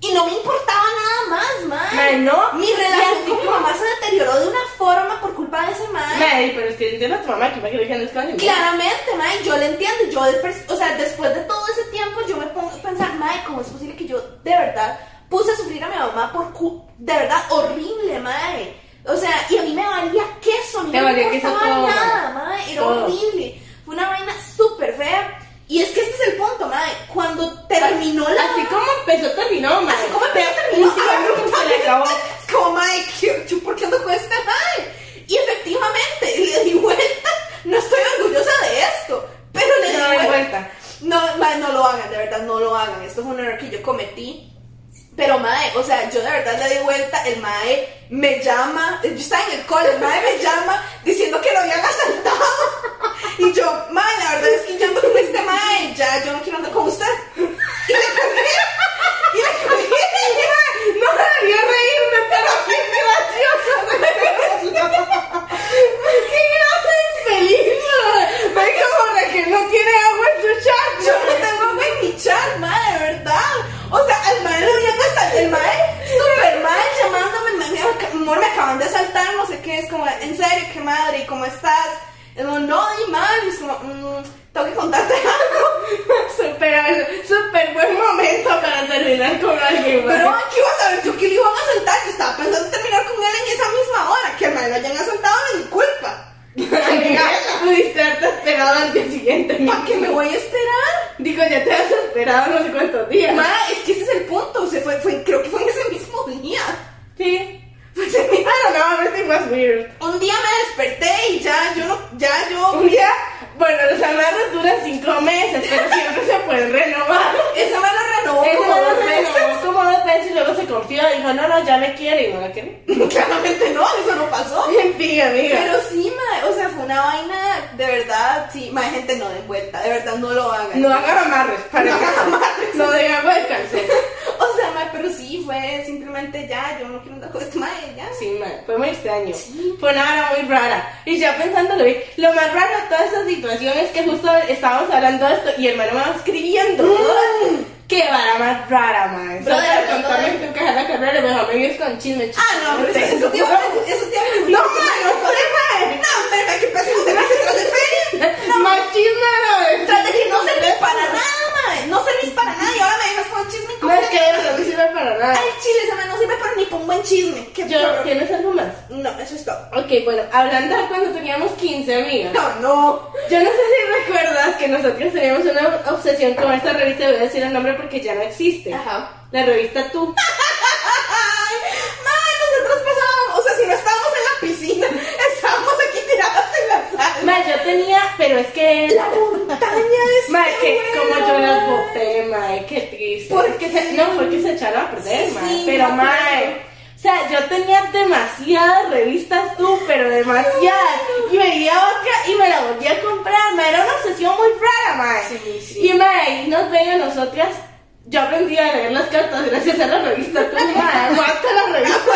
Speaker 2: Y no me importaba nada más, mae.
Speaker 1: Mae, no.
Speaker 2: Mi
Speaker 1: Y
Speaker 2: relación
Speaker 1: así
Speaker 2: con mi
Speaker 1: como-
Speaker 2: mamá se deterioró de una forma por culpa de ese man.
Speaker 1: Mae, pero es que yo entiendo a tu mamá que me crees que no es con
Speaker 2: Claramente, mae, yo le entiendo. Yo, después- o sea, después de todo ese tiempo, yo me pongo a pensar, mae, ¿cómo es posible que yo de verdad puse a sufrir a mi mamá por cu de verdad horrible, mae? O sea, y a mí me valía queso, a mí
Speaker 1: Te
Speaker 2: no me
Speaker 1: valía queso
Speaker 2: importaba
Speaker 1: todo,
Speaker 2: nada, mae, era
Speaker 1: Todo.
Speaker 2: horrible. Fue una vaina súper fea. Y es que este es el punto, mae, cuando terminó la.
Speaker 1: Así como empezó, terminó, mae.
Speaker 2: Así como empezó, terminó.
Speaker 1: Últimamente se le acabó.
Speaker 2: Es como, mae, ¿qué- yo, ¿por qué ando con este mae? Y efectivamente, le di vuelta, no estoy orgullosa de esto, pero le di
Speaker 1: No,
Speaker 2: no lo hagan. Esto fue un error que yo cometí. Pero mae, o sea, yo de verdad le di vuelta, el mae me llama, eh, yo estaba en el cole, el mae me llama diciendo que lo habían asaltado. Y yo, mae, la verdad es que yo ando con este mae, ya, yo no quiero andar con usted. Y le colgué, y le colgué, y mae, no debería reírme, pero qué gracioso. Qué gracioso, infeliz, mae.
Speaker 1: Venga, borra que no tiene agua en su
Speaker 2: Yo
Speaker 1: charco.
Speaker 2: no tengo agua en mi chat, mae, de verdad. O sea, al mae lo habían asaltado. El mae, super mae, llamándome, mae, me ac- amor, me acaban de asaltar, no sé qué. Es como, en serio, qué madre, ¿y cómo estás? Es como, no, di mal. Y es como, "Mm, tengo que contarte algo.
Speaker 1: Súper, súper buen momento para terminar con alguien, mae.
Speaker 2: Pero, ay, ¿qué iba a saber yo que le iban a asaltar? Yo estaba pensando en terminar con él en esa misma hora. Que al mae lo hayan asaltado no es mi culpa.
Speaker 1: Amiga, pudiste haberte esperado al día siguiente.
Speaker 2: ¿Para qué me voy a esperar?
Speaker 1: Digo, ya te has esperado no sé cuántos días.
Speaker 2: Mae, es que ese es el punto. O sea, fue, fue, creo que fue en ese mismo día.
Speaker 1: Sí.
Speaker 2: Fue ese mismo
Speaker 1: I don't know, everything was weird.
Speaker 2: Un día me desperté y ya, yo no, ya yo,
Speaker 1: Un día, bueno, los amarres duran cinco meses, pero siempre se pueden renovar.
Speaker 2: esa me la renovó
Speaker 1: Él
Speaker 2: como
Speaker 1: no
Speaker 2: dos
Speaker 1: se
Speaker 2: veces.
Speaker 1: renovó como dos veces y luego se confió y dijo, no, no, ya me quiere y no la quiere.
Speaker 2: Claramente no, eso no pasó.
Speaker 1: En fin, amiga.
Speaker 2: Pero sí, ma, o sea, fue una vaina, de verdad, sí, ma, gente no den vuelta, de verdad no lo hagan.
Speaker 1: no hagan amarres, para
Speaker 2: No
Speaker 1: que-
Speaker 2: hagan amarres.
Speaker 1: No den agua de calzón.
Speaker 2: O sea, ma, pero sí, fue simplemente ya, yo no quiero andar con este ma, ya.
Speaker 1: Sí, ma, fue muy extraño.
Speaker 2: Sí.
Speaker 1: Fue una hora muy rara. Y ya pensándolo bien, lo más raro de toda esa situación es que justo estábamos hablando de esto y el hermano me va escribiendo. Qué vara más rara, ma.
Speaker 2: Mm.
Speaker 1: Eso
Speaker 2: Brother,
Speaker 1: para
Speaker 2: hablando
Speaker 1: contarme
Speaker 2: de-
Speaker 1: que tengo que dejar la carrera y mejor me vienes con chisme. chisme.
Speaker 2: Ah, no, pero eso te iba a preguntar, eso te iba a preguntar.
Speaker 1: No, ma, no sé, ma.
Speaker 2: No, pero ma, ¿qué pasa? ¿No se me hace tras de feria? No,
Speaker 1: Más chisme,
Speaker 2: tras de que no servís para nada, ma, no servís para nada y ahora me dejas con chisme
Speaker 1: No es
Speaker 2: completo.
Speaker 1: que de verdad no sirve para nada.
Speaker 2: Ay, chile, esa man no sirve para ni para un buen chisme. Qué
Speaker 1: Yo,
Speaker 2: horror.
Speaker 1: ¿tienes algo más?
Speaker 2: No, eso es todo.
Speaker 1: Ok, bueno, hablando de cuando teníamos 15, amiga.
Speaker 2: No, no.
Speaker 1: Yo no sé si recuerdas que nosotros teníamos una obsesión con esta revista, voy a decir el nombre porque ya no existe.
Speaker 2: Ajá.
Speaker 1: La revista Tú.
Speaker 2: Ay, mae, nosotros pasábamos, o sea, si no estábamos en la piscina, estábamos aquí tiradas en la sala.
Speaker 1: Ma, yo tenía, pero es que...
Speaker 2: La montaña de
Speaker 1: Ma, que
Speaker 2: cero,
Speaker 1: como yo las
Speaker 2: mae.
Speaker 1: boté, ma, qué triste.
Speaker 2: ¿Por
Speaker 1: Porque se, no, fue que se echaron a perder,
Speaker 2: Sí,
Speaker 1: ma.
Speaker 2: sí,
Speaker 1: pero,
Speaker 2: me
Speaker 1: ma, eh,
Speaker 2: acuerdo.
Speaker 1: o sea, yo tenía demasiadas revistas Tú, pero demasiadas. Y veía otra y me la volví a comprar, ma. Era una obsesión muy rara, ma.
Speaker 2: Sí, sí.
Speaker 1: Y, ma, ahí nos ven a nosotras... Yo aprendí a leer las cartas gracias a la revista Tú, ma. Aguanta la revista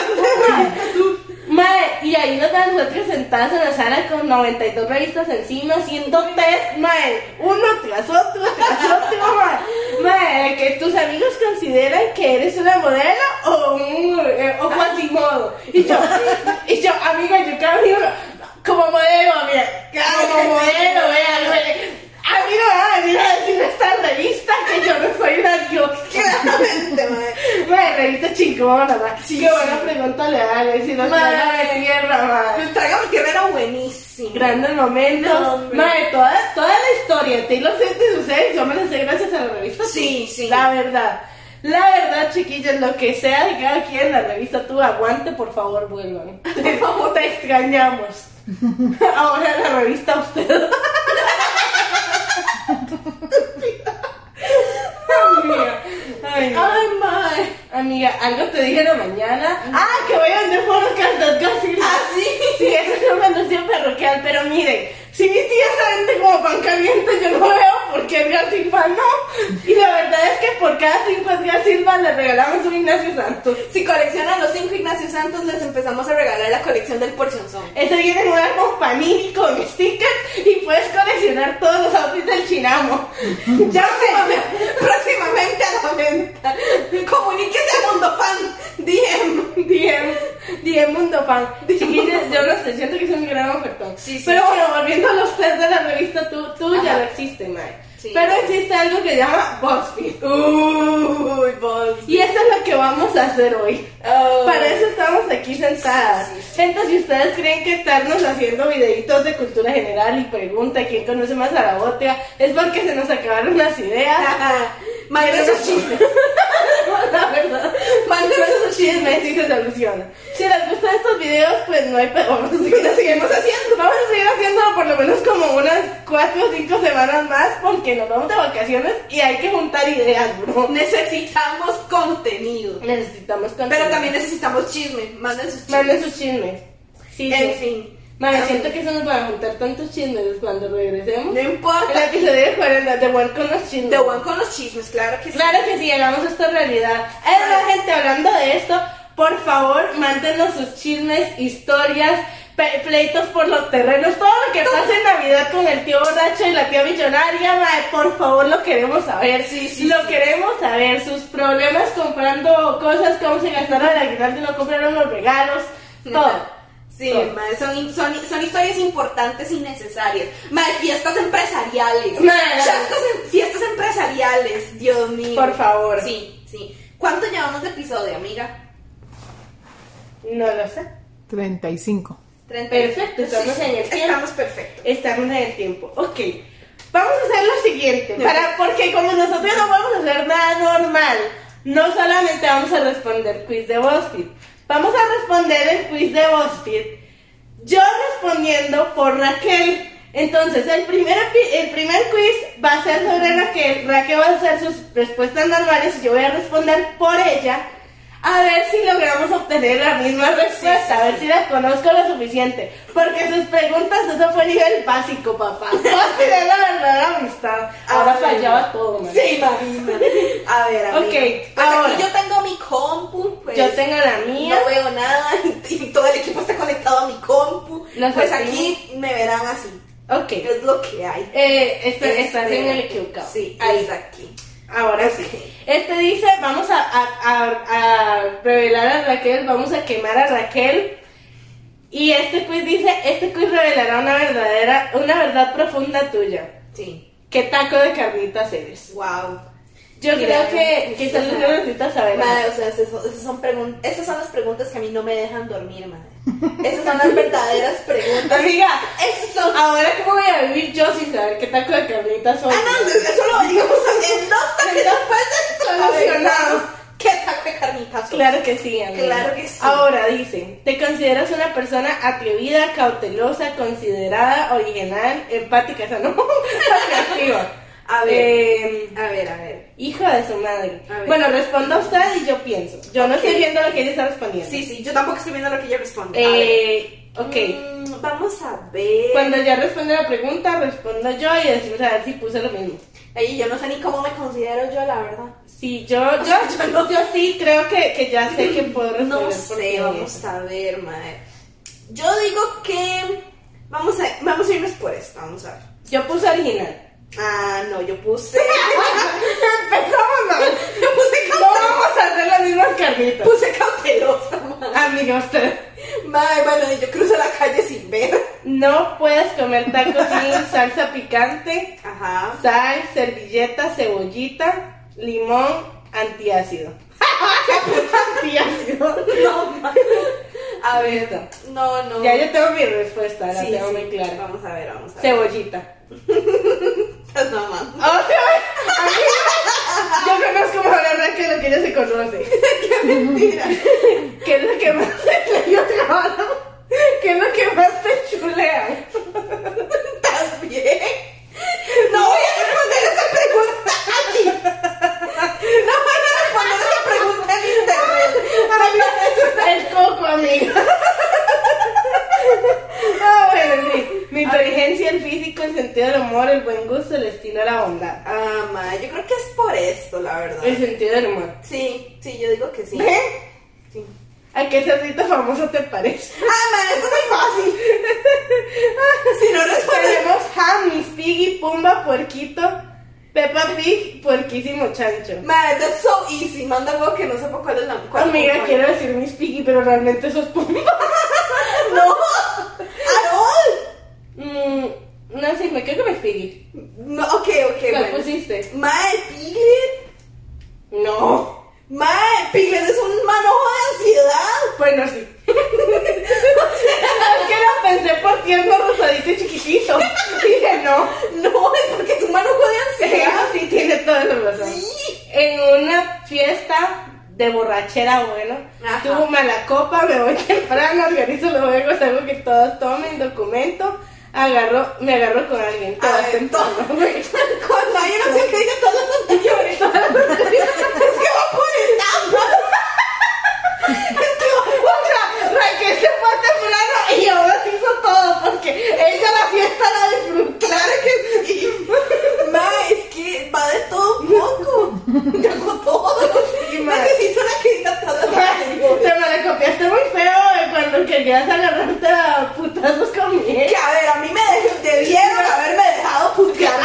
Speaker 1: Tú, ma. Mae, y ahí nos dan nosotros sentadas en la sala con 92 revistas encima, haciendo test, mae, uno tras otro, tras otro, mae. Mae, que tus amigos consideran que eres una modelo o un eh, o cuasimodo. Y yo, y yo, amiga, yo cada amigo, como modelo, amiga, como modelo, vea, güey. A mí no me van a venir a decir esta revista que yo no soy una diosa.
Speaker 2: Claramente, mae.
Speaker 1: Mae, revista chingona, mae.
Speaker 2: Sí,
Speaker 1: Qué buena
Speaker 2: sí.
Speaker 1: pregunta le dan, si no
Speaker 2: Mae.
Speaker 1: de tierra, mae.
Speaker 2: El trágame tierra era buenísimo.
Speaker 1: Grandes momentos.
Speaker 2: No, hombre.
Speaker 1: Mae, toda, toda la historia de Taylor Swift y sus series, yo me la sé gracias a la revista.
Speaker 2: Sí,
Speaker 1: Tú.
Speaker 2: sí.
Speaker 1: La verdad. La verdad, chiquillos, lo que sea de cada quien, la revista tú aguante, por favor, vuelvan. Por favor, te extrañamos. Ahora la revista a usted. Amiga, ay, no.
Speaker 2: Ay, mae.
Speaker 1: Amiga, algo te dije en la mañana. Ah, que voy a vender foros cartas Godzilla.
Speaker 2: Ah, sí.
Speaker 1: Sí, eso es una anuncio parroquial, pero miren, si mi tía se vende como pan caliente, yo no veo por qué Edgar Silva no. Y la verdad es que por cada cinco Edgar Silva le regalamos un Ignacio Santos.
Speaker 2: Si coleccionan los cinco Ignacio Santos, les empezamos a regalar la colección del porcionzón.
Speaker 1: Ese viene en un álbum panini con stickers y puedes coleccionar todos los outfits del chinamo. Ya sé.
Speaker 2: Próximamente, próximamente a la venta. Comuníquese a Mundo Fan. DM.
Speaker 1: Diem, Diem Mundo Pan. Chiquillas, yo no sé, siento que es un gran ofertón.
Speaker 2: Sí, sí,
Speaker 1: Pero
Speaker 2: sí.
Speaker 1: bueno, volviendo a los test de la revista, tú, tú ya
Speaker 2: Ajá.
Speaker 1: no existe, Mae.
Speaker 2: Sí.
Speaker 1: Pero existe algo que se llama BuzzFeed.
Speaker 2: Uy, vos. Oh.
Speaker 1: Y eso es lo que vamos a hacer hoy. Para eso estamos aquí sentadas.
Speaker 2: Sí, sí,
Speaker 1: Entonces, si ustedes creen que estarnos haciendo videitos de cultura general y pregunta quién conoce más a la otra, es porque se nos acabaron las ideas.
Speaker 2: Manden sus chismes.
Speaker 1: la verdad.
Speaker 2: Manden sus
Speaker 1: chismes y se soluciona. Si les gustan estos videos, pues no hay peor. Lo seguimos haciendo. Vamos a seguir haciéndolo por lo menos como unas 4 o 5 semanas más porque nos vamos de vacaciones y hay que juntar ideas, bro.
Speaker 2: Necesitamos contenido.
Speaker 1: Necesitamos contenido.
Speaker 2: Pero también necesitamos chisme. Manden sus chismes.
Speaker 1: Manden sus chismes. Sí,
Speaker 2: En
Speaker 1: sí.
Speaker 2: fin.
Speaker 1: Madre, siento que se nos van a juntar tantos chismes cuando regresemos.
Speaker 2: Ah, No importa.
Speaker 1: El episodio de 40 de One con los chismes.
Speaker 2: The One con los chismes, claro que sí.
Speaker 1: Claro que sí, hagamos esto realidad. Es la gente hablando de esto. Por favor, mándenos sus chismes, historias, pe- pleitos por los terrenos, todo lo que pasa en Navidad con el tío borracho y la tía millonaria, mae, por favor, lo queremos saber.
Speaker 2: Sí, sí,
Speaker 1: Lo
Speaker 2: sí.
Speaker 1: queremos saber. Sus problemas comprando cosas, cómo se gastaron el aguinaldo y no compraron los regalos, todo.
Speaker 2: Sí,
Speaker 1: Todo.
Speaker 2: mae, son, son, son historias importantes y necesarias. Mae, fiestas empresariales.
Speaker 1: Mae.
Speaker 2: Fiestas, em- fiestas empresariales, Dios mío.
Speaker 1: Por favor.
Speaker 2: Sí, sí. ¿Cuánto llevamos de episodio, amiga?
Speaker 1: No lo sé.
Speaker 4: 35.
Speaker 2: 30.
Speaker 1: Perfecto, estamos en el tiempo.
Speaker 2: Estamos perfectos.
Speaker 1: Estamos en el tiempo. Ok. Vamos a hacer lo siguiente. Para, porque como nosotros no vamos a hacer nada normal, no solamente vamos a responder quiz de BuzzFeed. Vamos a responder el quiz de BuzzFeed. Yo respondiendo por Raquel. Entonces, el primer, epi- el primer quiz va a ser sobre Raquel. Raquel va a hacer sus respuestas normales y yo voy a responder por ella. A ver si logramos obtener la misma respuesta, a ver si la conozco lo suficiente. Porque sus preguntas, eso fue nivel básico, papá. No tener la verdadera amistad. Ahora
Speaker 2: Ay.
Speaker 1: fallaba todo, man.
Speaker 2: Ah, Sí, mamita. A ver, amiga.
Speaker 1: Ok,
Speaker 2: Pues
Speaker 1: ahora.
Speaker 2: aquí yo tengo mi compu. Pues,
Speaker 1: Yo tengo la mía.
Speaker 2: No veo nada y todo el equipo está conectado a mi compu.
Speaker 1: Los
Speaker 2: pues
Speaker 1: hacemos.
Speaker 2: aquí me verán así.
Speaker 1: Ok.
Speaker 2: Es lo que hay.
Speaker 1: Eh, este- estás
Speaker 2: Este,
Speaker 1: en el equivocado.
Speaker 2: Sí, ahí
Speaker 1: Ahí.
Speaker 2: está aquí.
Speaker 1: Ahora sí. Este dice, vamos a, a- a- a revelar a Raquel, vamos a quemar a Raquel. Y este quiz dice, este quiz revelará una verdadera, una verdad profunda tuya.
Speaker 2: Sí.
Speaker 1: ¿Qué taco de carnitas eres?
Speaker 2: Wow.
Speaker 1: Yo
Speaker 2: Mira,
Speaker 1: creo que
Speaker 2: pues,
Speaker 1: quizás
Speaker 2: o
Speaker 1: lo
Speaker 2: sea,
Speaker 1: necesitas saber.
Speaker 2: Madre, o sea, esas son, esas son pregun- esas son las preguntas que a mí no me dejan dormir, madre. Esas son las verdaderas preguntas.
Speaker 1: Amiga,
Speaker 2: Esas son. Ah,
Speaker 1: ahora cómo voy a vivir yo sin saber qué taco de carnitas soy.
Speaker 2: no, eso lo digamos en dos taques después de
Speaker 1: Solucionado.
Speaker 2: ¿Qué taco de carnitas?
Speaker 1: Claro que sí, amiga.
Speaker 2: Claro que sí.
Speaker 1: Ahora dicen, ¿te consideras una persona atrevida, cautelosa, considerada, original, empática? Esa no, activa.
Speaker 2: A ver.
Speaker 1: Eh,
Speaker 2: A ver, a ver.
Speaker 1: hijo de su madre.
Speaker 2: A ver.
Speaker 1: Bueno, responda usted y yo pienso. Yo no
Speaker 2: Ok.
Speaker 1: estoy viendo lo que ella está respondiendo.
Speaker 2: Sí, sí, yo tampoco estoy viendo lo que ella responde. A ver.
Speaker 1: Eh, ok.
Speaker 2: Mm, vamos a ver.
Speaker 1: Cuando ya responde la pregunta, respondo yo y decimos a ver si puse lo mismo.
Speaker 2: Ay, yo no sé ni cómo me considero yo, la verdad.
Speaker 1: Sí, yo, yo, yo, sí creo que, que ya sé que puedo responder.
Speaker 2: No
Speaker 1: porque-
Speaker 2: sé, vamos a ver, madre. Yo digo que vamos a, vamos a irnos por esta, vamos a ver.
Speaker 1: Yo puse original.
Speaker 2: Ah, no, yo puse.
Speaker 1: Empezamos mal.
Speaker 2: yo puse
Speaker 1: No
Speaker 2: cautelosa.
Speaker 1: vamos a hacer las mismas carnitas.
Speaker 2: Puse cautelosa, madre.
Speaker 1: Amiga, usted
Speaker 2: Madre, bueno, yo cruzo la calle sin ver.
Speaker 1: no puedes comer tacos sin salsa picante,
Speaker 2: Ajá.
Speaker 1: sal, servilleta, cebollita, limón, antiácido. antiácido.
Speaker 2: No, madre. A ver.
Speaker 1: Listo.
Speaker 2: No, no.
Speaker 1: Ya yo tengo mi respuesta, la
Speaker 2: Sí,
Speaker 1: tengo
Speaker 2: sí.
Speaker 1: muy clara.
Speaker 2: Vamos a ver, vamos a ver.
Speaker 1: Cebollita. Oh,
Speaker 2: Estás mamando.
Speaker 1: Otra vez. Amiga, Yo conozco mejor a Raquel lo que ella se conoce.
Speaker 2: Mira.
Speaker 1: ¿Qué es lo que más te yo trabajo? ¿Qué es lo que más te chulean?
Speaker 2: ¿Estás bien? No voy a responder esa pregunta aquí. No voy a responder esa pregunta en internet.
Speaker 1: El coco, amiga. Ah, bueno, sí. Mi inteligencia, el físico, el sentido del humor, el buen gusto, el estilo, la bondad.
Speaker 2: Ah, ma, yo creo que es por esto, la verdad.
Speaker 1: El sentido del humor.
Speaker 2: Sí, sí, yo digo que sí.
Speaker 1: ¿Ve?
Speaker 2: Sí.
Speaker 1: ¿A qué cerdito famoso te parece?
Speaker 2: Ah, ma, esto es muy fácil. Si no respondes.
Speaker 1: Tenemos Ham, Miss Piggy, Pumba, Puerquito, Peppa Pig, Puerquísimo Chancho.
Speaker 2: Ma, that's so easy. Manda algo que no sepa cuál es la. Cuál
Speaker 1: Amiga,
Speaker 2: cuál-
Speaker 1: quiero decir Miss Piggy, pero realmente sos Pumba.
Speaker 2: No. At all.
Speaker 1: Mm, no sé, me quedo con Miss Piggy.
Speaker 2: No, ok, ok,
Speaker 1: ¿Cuál
Speaker 2: bueno.
Speaker 1: pusiste?
Speaker 2: Ma, Piglet.
Speaker 1: No.
Speaker 2: Mae, Piglet es un manojo de ansiedad.
Speaker 1: Bueno, sí. es que lo pensé por tierno, rosadito y chiquitito. Dije, no. "Ah,
Speaker 2: No, es porque es un manojo de
Speaker 1: Pero
Speaker 2: ansiedad.
Speaker 1: sí, tiene toda la razón.
Speaker 2: Sí.
Speaker 1: En una fiesta de borrachera bueno.
Speaker 2: Ajá.
Speaker 1: Tuvo mala copa, me voy temprano, organizo los juegos, algo que todos tomen, documento. Agarro, me agarro con alguien, todos
Speaker 2: ver,
Speaker 1: temprano, güey.
Speaker 2: Cuando hay una canción que dice todos los anteriores, es que va por etapas.
Speaker 1: Es como, otra, Raquel se fue temprano y ahora se hizo todo porque ella la fiesta la disfrutó. Claro que sí.
Speaker 2: Ma, es que va de todo un poco. Tengo todo.
Speaker 1: Sí, ma.
Speaker 2: Necesito una que diga todas las anteriores.
Speaker 1: Te malacopiaste muy feo de cuando querías agarrarte a putazos conmigo.
Speaker 2: Que a ver, a mí me dej- debieron haberme dejado putear.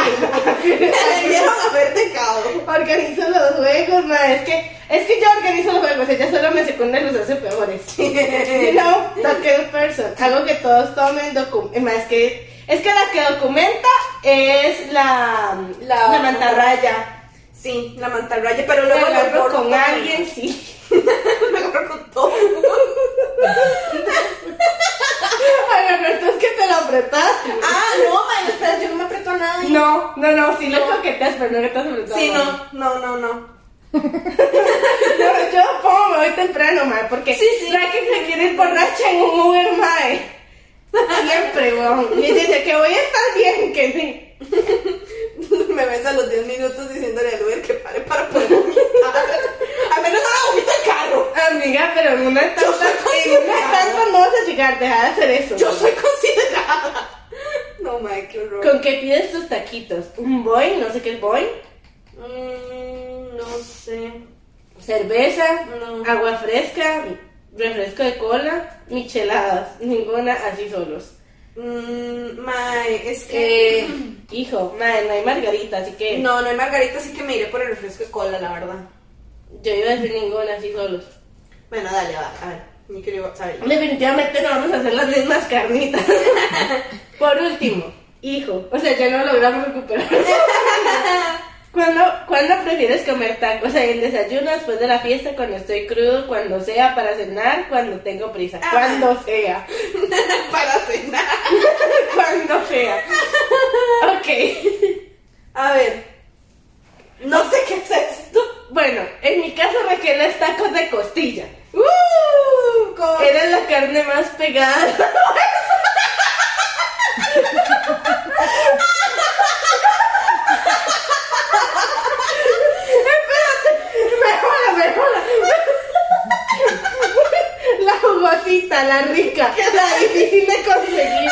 Speaker 2: Me debieron haber dejado.
Speaker 1: Organizo los juegos, ma, es que, es que yo organizo los juegos, ella solo me secunda y los hace peores. you know, that kind of person. Algo que todos tomen, docu- eh, ma, es que, es que la que documenta es la,
Speaker 2: La-
Speaker 1: la, mantarraya.
Speaker 2: Sí, la mantarraya, pero
Speaker 1: Luego
Speaker 2: luego la
Speaker 1: hablo
Speaker 2: borro
Speaker 1: con alguien, sí.
Speaker 2: Me agarro con todo.
Speaker 1: Ay, Roberto, es que te lo apretas.
Speaker 2: Ah, no, ma, espera, yo no me aprieto a nadie.
Speaker 1: No, no, no, sí lo coqueteas, pero no le estás apretando.
Speaker 2: Sí, no, no, no, no.
Speaker 1: No, yo pongo, me voy temprano, mae, porque
Speaker 2: Sí, sí.
Speaker 1: Raquel se quiere ir borracha en un Uber, mae. Siempre, weón. Y dice que voy a estar bien, que sí.
Speaker 2: Me ves a los 10 minutos diciéndole al Uber que pare para poder vomitar. Al menos no la vomita el carro.
Speaker 1: Amiga, pero en una
Speaker 2: Yo soy
Speaker 1: etapa, en
Speaker 2: consciente.
Speaker 1: una etapa no vas a llegar, deja de hacer eso.
Speaker 2: Yo soy considerada. No, ma, qué horror.
Speaker 1: ¿Con qué pides tus taquitos? ¿Un boing? No sé qué es boing.
Speaker 2: Mm, no sé.
Speaker 1: Cerveza,
Speaker 2: No.
Speaker 1: agua fresca, refresco de cola, micheladas. Ninguna así solos.
Speaker 2: Mm, ma, es que.
Speaker 1: Eh, hijo, mae, no hay margarita, así que
Speaker 2: No, no hay margarita, así que me iré por el refresco de cola, la verdad.
Speaker 1: yo iba a decir ninguna así solos.
Speaker 2: Bueno, dale, va, a ver. Mi querido, sabe.
Speaker 1: Definitivamente no vamos a hacer las mismas carnitas. Por último, hijo. O sea, ya no logramos recuperar. ¿Cuándo, ¿Cuándo prefieres comer tacos? ¿En el desayuno, después de la fiesta, cuando estoy crudo, cuando sea, para cenar, cuando tengo prisa?
Speaker 2: Ah.
Speaker 1: Cuando sea.
Speaker 2: Para cenar.
Speaker 1: Cuando sea. Ok.
Speaker 2: A ver. No sé qué es esto.
Speaker 1: Bueno, en mi caso Raquel es tacos de costilla.
Speaker 2: ¡Uh! Con...
Speaker 1: Era la carne más pegada. Espérate, mejora, mejora. La jugosita, la rica, la difícil de conseguir.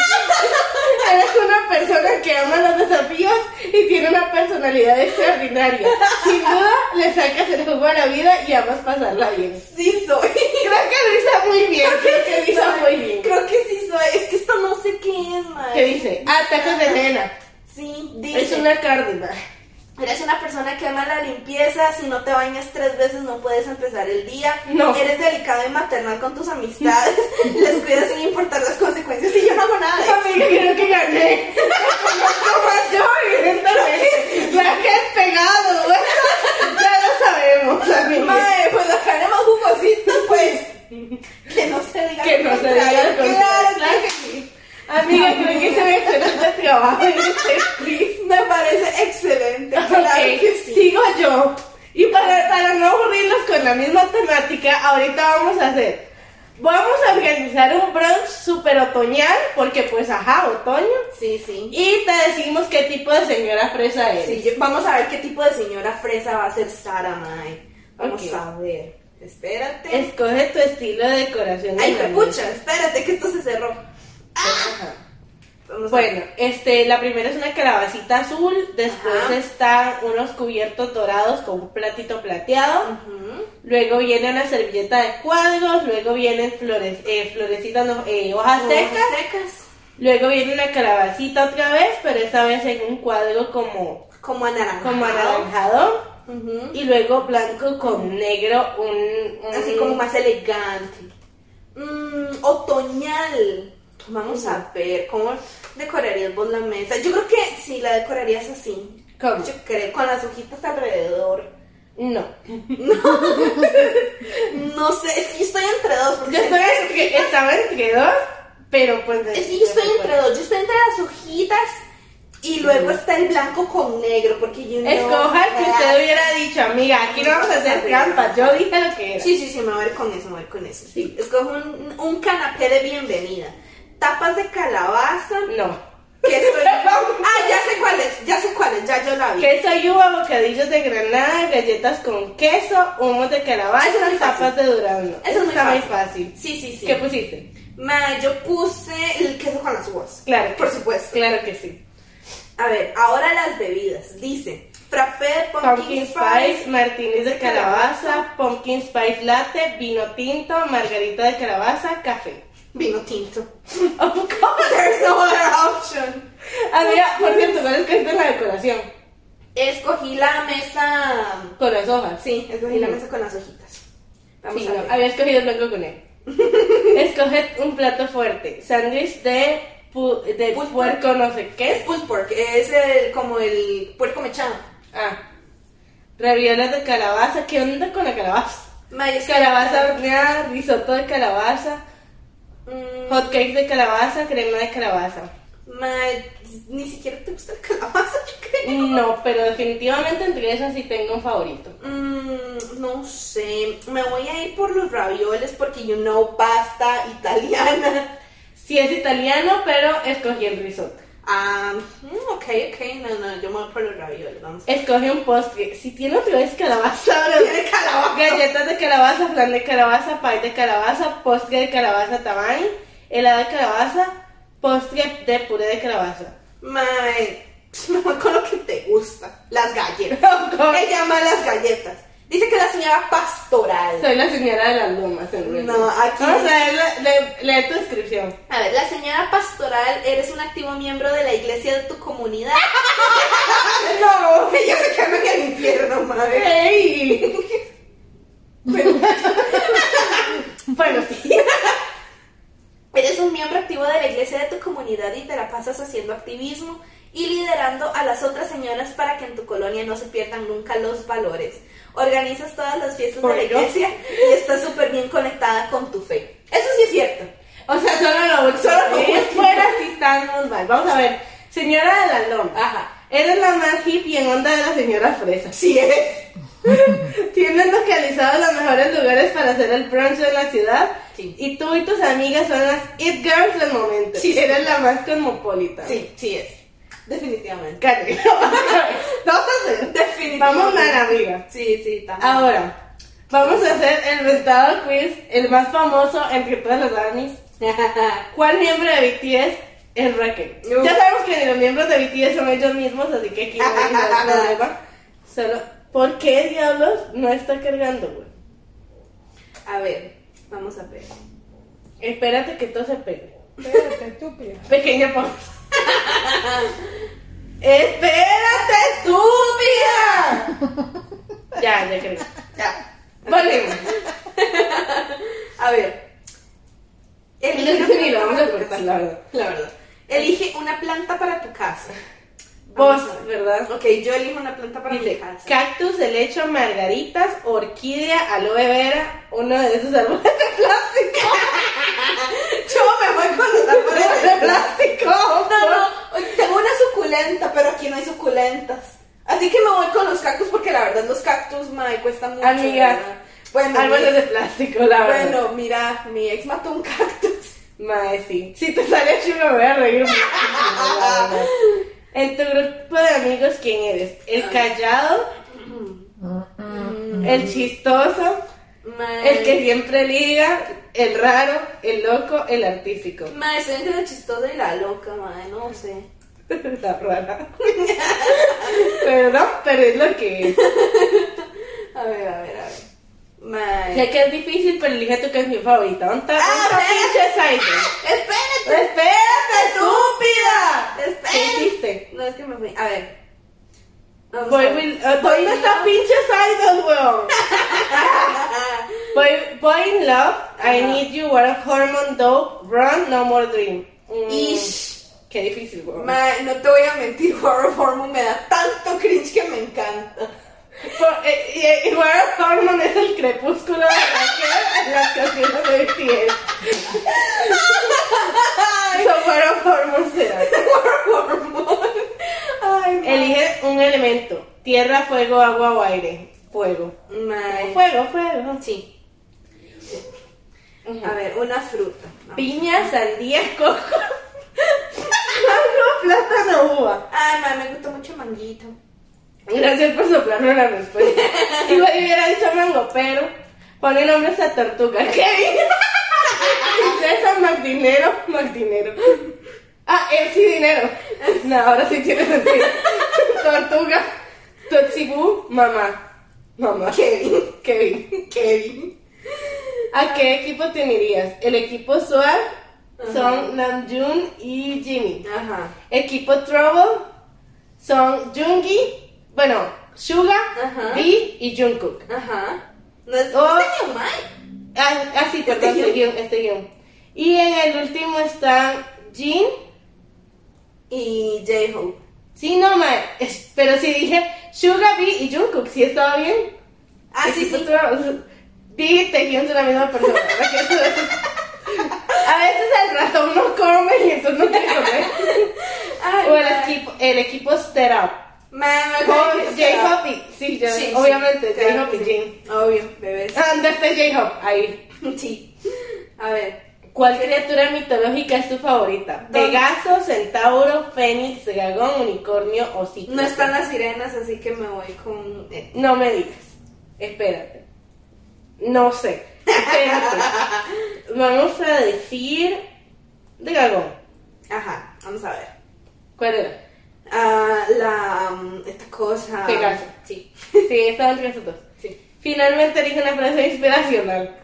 Speaker 1: Eres una persona que ama los desafíos y tiene una personalidad extraordinaria. Sin duda, le sacas el jugo a la vida y amas pasarla bien.
Speaker 2: Sí soy.
Speaker 1: Creo que lo hizo muy bien. Creo que lo hizo muy bien.
Speaker 2: Creo que sí soy. Es que esto no sé qué es, ma.
Speaker 1: ¿Qué dice? Ah, tacos de nena.
Speaker 2: Sí, dice.
Speaker 1: Es una cárdena.
Speaker 2: Eres una persona que ama la limpieza, si no te bañas tres veces no puedes empezar el día.
Speaker 1: No.
Speaker 2: Eres delicado y maternal con tus amistades, les cuidas sin importar las consecuencias y yo no hago nada. de eso.
Speaker 1: Amiga, creo que gané. Como yo, evidentemente. La que es pegado, bueno, Ya lo sabemos, amiga.
Speaker 2: Mae, pues la carne más jugosita, pues. Que no se diga
Speaker 1: Que no se diga el contrario.
Speaker 2: Claro,
Speaker 1: Claro que sí. Amiga, creo que hice un excelente trabajo en este quiz.
Speaker 2: Me parece excelente. Claro
Speaker 1: Ok,
Speaker 2: que sí.
Speaker 1: sigo yo. Y para, para no aburrirlos con la misma temática, ahorita vamos a hacer. Vamos a organizar un brunch super otoñal, porque pues ajá, otoño.
Speaker 2: Sí, sí.
Speaker 1: Y te decimos qué tipo de señora fresa eres.
Speaker 2: Sí, yo- vamos a ver qué tipo de señora fresa va a ser Sara, Mae. Vamos
Speaker 1: Ok.
Speaker 2: a ver. Espérate.
Speaker 1: Escoge tu estilo de decoración. de
Speaker 2: Ay,
Speaker 1: la mesa.
Speaker 2: pucha, espérate que esto se cerró. Ah.
Speaker 1: Ajá.
Speaker 2: Vamos a ver.
Speaker 1: Bueno, este, la primera es una calabacita azul, después
Speaker 2: Ajá.
Speaker 1: están unos cubiertos dorados con un platito plateado.
Speaker 2: Ujú.
Speaker 1: Luego viene una servilleta de cuadros, luego vienen flores, eh, florecitas, no, eh, hojas secas,
Speaker 2: secas.
Speaker 1: luego viene una calabacita otra vez, pero esta vez en un cuadro como,
Speaker 2: Como anaranjado.
Speaker 1: como anaranjado,
Speaker 2: Ujú.
Speaker 1: y luego blanco con negro, un, un-
Speaker 2: Así como más elegante. Mm, otoñal. Vamos a ver cómo decorarías vos la mesa. Yo creo que sí, la decorarías así.
Speaker 1: ¿Cómo?
Speaker 2: Yo creo, con las hojitas alrededor.
Speaker 1: No.
Speaker 2: No sé, es que yo estoy entre dos. Porque
Speaker 1: Yo estoy entre- estaba entre dos, pero pues...
Speaker 2: Es que yo estoy entre dos. Yo estoy entre las hojitas Y luego está el blanco con negro, porque yo no.
Speaker 1: Escoja el que usted hubiera dicho, amiga, aquí no vamos a hacer trampas, yo dije lo que era.
Speaker 2: Sí, sí, sí, me voy a ir con eso, me voy a ir con eso. Sí. Escojo un, un canapé de bienvenida. Tapas de calabaza.
Speaker 1: No.
Speaker 2: Que estoy. ah, ya sé cuál es, ya sé cuál es, ya yo la vi.
Speaker 1: Queso y uva, bocadillos de granada, galletas con queso, humos de
Speaker 2: Eso es
Speaker 1: calabaza
Speaker 2: muy
Speaker 1: y tapas
Speaker 2: fácil.
Speaker 1: de durazno.
Speaker 2: Eso es muy
Speaker 1: Está
Speaker 2: fácil.
Speaker 1: muy fácil.
Speaker 2: Sí, sí, sí.
Speaker 1: ¿Qué pusiste?
Speaker 2: Ma, yo puse el queso con las uvas.
Speaker 1: Claro. que
Speaker 2: Por
Speaker 1: sí.
Speaker 2: supuesto.
Speaker 1: Claro que sí.
Speaker 2: A ver, ahora las bebidas. Dice, frappé de pumpkin,
Speaker 1: Pumpkin
Speaker 2: spice,
Speaker 1: spice, martini de calabaza, pumpkin spice latte, vino tinto, margarita de calabaza, café.
Speaker 2: vino tinto.
Speaker 1: Of course.
Speaker 2: There's no other option.
Speaker 1: Amiga, por cierto, ¿cuál es que es la decoración?
Speaker 2: Escogí la mesa.
Speaker 1: Con las hojas.
Speaker 2: Sí, escogí la mesa con las hojitas. Vamos
Speaker 1: Sí,
Speaker 2: a
Speaker 1: no,
Speaker 2: ver.
Speaker 1: había escogido el blanco con él. Escoge un plato fuerte. Sándwich de, pu- de
Speaker 2: Pulled
Speaker 1: puerco no sé
Speaker 2: ¿Qué es
Speaker 1: qué.
Speaker 2: pulled pork? Es el, como el puerco mechado.
Speaker 1: Ah. Raviolas de calabaza. ¿Qué onda con la calabaza?
Speaker 2: Ma, y es que-
Speaker 1: Calabaza horneada, risotto de calabaza,
Speaker 2: Mm,
Speaker 1: hot cake de calabaza, crema de calabaza.
Speaker 2: ma, ni siquiera te gusta el calabaza, yo creo.
Speaker 1: No, pero definitivamente entre esas sí tengo un favorito.
Speaker 2: Mm, no sé, me voy a ir por los ravioles porque you know pasta italiana.
Speaker 1: Sí es italiano, pero escogí el risotto.
Speaker 2: Ah, mm, ok, ok, no, no, yo me voy por los ravioles, vamos.
Speaker 1: Escoge un postre. Si tiene otra vez calabaza, ahora
Speaker 2: Tiene calabaza.
Speaker 1: Galletas de calabaza, flan de calabaza, pay de calabaza, postre de calabaza tamay, helado de calabaza, postre de puré de calabaza.
Speaker 2: Mae, me voy con lo que te gusta, las galletas.
Speaker 1: Soy
Speaker 2: Ella ama las galletas. Dice que la señora pastoral.
Speaker 1: la señora de las lomas, en realidad.
Speaker 2: No, aquí-
Speaker 1: Vamos a ver, la- le- lee tu descripción.
Speaker 2: A ver, la señora pastoral, eres un activo miembro de la iglesia de tu comunidad.
Speaker 1: No.
Speaker 2: Ella se quema en el infierno, madre.
Speaker 1: ¡Ey! bueno, sí.
Speaker 2: Eres un miembro activo de la iglesia de tu comunidad y te la pasas haciendo activismo y liderando a las otras señoras para que en tu colonia no se pierdan nunca los valores. Organizas todas las fiestas de la
Speaker 1: Por Dios.
Speaker 2: iglesia y estás súper bien conectada con tu fe. Eso sí es cierto.
Speaker 1: O sea, solo lo último.
Speaker 2: Solo lo
Speaker 1: Si es
Speaker 2: último.
Speaker 1: fuera sí estamos mal. Vamos a ver. Señora de las lomas.
Speaker 2: Ajá.
Speaker 1: Eres la más hippie en onda de la señora fresa.
Speaker 2: Sí es.
Speaker 1: Tienes localizados los mejores lugares para hacer el brunch de la ciudad.
Speaker 2: Sí.
Speaker 1: Y tú y tus amigas son las it girls del momento.
Speaker 2: Sí, sí.
Speaker 1: Eres la más cosmopolita.
Speaker 2: Sí, sí es. Definitivamente.
Speaker 1: Carne. Dos a cero.
Speaker 2: Definitivamente.
Speaker 1: Vamos mal, amiga.
Speaker 2: Sí, sí, también.
Speaker 1: Ahora, vamos a hacer el mentado quiz, el más famoso entre todas las armies. ¿Cuál miembro de BTS es Raquel?
Speaker 2: Uf.
Speaker 1: Ya sabemos que los miembros de BTS son ellos mismos, así que aquí no hay ningún problema. Solo, ¿por qué diablos no está cargando, güey?
Speaker 2: A ver, vamos a ver.
Speaker 1: Espérate que todo se pegue.
Speaker 4: Espérate, estúpida.
Speaker 1: Pequeña pausa. ¡Espérate, estúpida! ya, ya creo.
Speaker 2: Ya.
Speaker 1: Volvemos.
Speaker 2: A ver.
Speaker 1: Y no sé ni lo vamos a cortar, la verdad.
Speaker 2: La verdad. Elige una planta para tu casa. Vamos a
Speaker 1: Vos,
Speaker 2: ver.
Speaker 1: ¿verdad?
Speaker 2: Ok, yo elijo una planta para mi
Speaker 1: Dice,
Speaker 2: casa.
Speaker 1: cactus, helecho, margaritas, orquídea, aloe vera, uno de esos árboles de plástico.
Speaker 2: Yo me voy con los árboles de plata.
Speaker 1: plástico!
Speaker 2: No, no, tengo una suculenta, pero aquí no hay suculentas. Así que me voy con los cactus porque la verdad los cactus me cuestan mucho.
Speaker 1: Amiga,
Speaker 2: ¿verdad? bueno,
Speaker 1: Árboles
Speaker 2: mira,
Speaker 1: de plástico, la verdad.
Speaker 2: bueno, mira, mi ex mató un cactus.
Speaker 1: Mae, sí. Si te sale así me voy a reír. muchísimo, la verdad. en tu grupo de amigos, ¿quién eres? ¿El callado?
Speaker 4: Mm.
Speaker 1: ¿El chistoso?
Speaker 2: Ma-
Speaker 1: ¿El que siempre liga? ¿El raro? ¿El loco? ¿El artístico?
Speaker 2: Ma, estoy entre la chistosa y la loca, ma, no sé.
Speaker 1: La rara. Perdón, pero es lo que es.
Speaker 2: A ver, a ver, a ver. Ma-
Speaker 1: Sé que es difícil, pero elige tu canción favorita. ¿Dónde
Speaker 2: Ah,
Speaker 1: está
Speaker 2: ve.
Speaker 1: pinche Saito?
Speaker 2: ¡Espérate!
Speaker 1: ¡Espérate, estúpida! ¿Qué
Speaker 2: ¡Espérate!
Speaker 1: hiciste?
Speaker 2: No, es que me fui. A ver. Vamos
Speaker 1: Boy
Speaker 2: a ver.
Speaker 1: will- uh, ¿Dónde está pinche Saito, weón? Boy, boy in love, I
Speaker 2: Ajá.
Speaker 1: need you, what a hormone dope, run, no more dream. Mm,
Speaker 2: Ish.
Speaker 1: Qué difícil, weón.
Speaker 2: Ma, no te voy a mentir, War of Hormone me da tanto cringe que me encanta.
Speaker 1: Por- eh, eh, eh, War of Hormone es el crepúsculo de Raquel en las canciones de BTS. So War of Hormone será.
Speaker 2: War of Hormone.
Speaker 1: Tierra, fuego, agua o aire. Fuego.
Speaker 2: Mae.
Speaker 1: Fuego, fuego.
Speaker 2: Sí.
Speaker 1: Ujú.
Speaker 2: A ver, una fruta. No.
Speaker 1: Piña, sandía, coco. Mango, plátano, uva.
Speaker 2: Ay, mae, me gusta mucho manguito.
Speaker 1: Gracias por soplarme la respuesta. Igual hubiera dicho mango, pero pone nombre a esa tortuga. Kevin. Princesa Magdinero. Magdinero. Ah, él sí, dinero. No, ahora sí tiene sentido. Tortuga. Totsibú, mamá. Mamá.
Speaker 2: Kevin.
Speaker 1: Kevin.
Speaker 2: Kevin.
Speaker 1: ¿A qué equipo te unirías? El equipo SWAT
Speaker 2: Ajá.
Speaker 1: son Namjoon y Jimmy.
Speaker 2: Ajá.
Speaker 1: Equipo Trouble son Jungi, bueno, Suga,
Speaker 2: Ajá.
Speaker 1: V y Jungkook.
Speaker 2: Ajá. No es
Speaker 1: Oh.
Speaker 2: ¿Este guión, mae?
Speaker 1: Ah, ah, sí,
Speaker 2: Este
Speaker 1: perdón, este,
Speaker 2: guión.
Speaker 1: guión, este guión. Y en el último están Jin.
Speaker 2: Y J-Hope.
Speaker 1: Sí, no, ma, es- pero sí dije Suga, V y Jungkook, ¿sí estaba bien?
Speaker 2: Ah, sí,
Speaker 1: Equipo
Speaker 2: sí.
Speaker 1: Trouble. V y Taehyung son la misma persona. ¿verdad? Que eso es- A veces al ratón no come y entonces no quiere comer.
Speaker 2: Ay,
Speaker 1: O el
Speaker 2: mae.
Speaker 1: equipo, el equipo Step Up.
Speaker 2: Mae, me acuerdo que estaba-
Speaker 1: J-Hop y. Sí, yo,
Speaker 2: Sí, sí,
Speaker 1: obviamente,
Speaker 2: claro
Speaker 1: J-Hop y
Speaker 2: que sí.
Speaker 1: Jin.
Speaker 2: Obvio, bebés.
Speaker 1: ¿Dónde está J-Hop? Ahí.
Speaker 2: Sí. A ver.
Speaker 1: ¿Cuál criatura mitológica es tu favorita?
Speaker 2: ¿Dónde?
Speaker 1: Pegaso, centauro, fénix, dragón, unicornio o ciclo.
Speaker 2: No están las sirenas, así que me voy con. eh,
Speaker 1: No me digas. Espérate. No sé. Espérate. Vamos a decir. Dragón.
Speaker 2: Ajá, vamos a ver.
Speaker 1: ¿Cuál era?
Speaker 2: Ah, la. um, esta cosa.
Speaker 1: Pegaso.
Speaker 2: Sí,
Speaker 1: Sí, estaban entre esos dos.
Speaker 2: sí.
Speaker 1: Finalmente elige una frase inspiracional.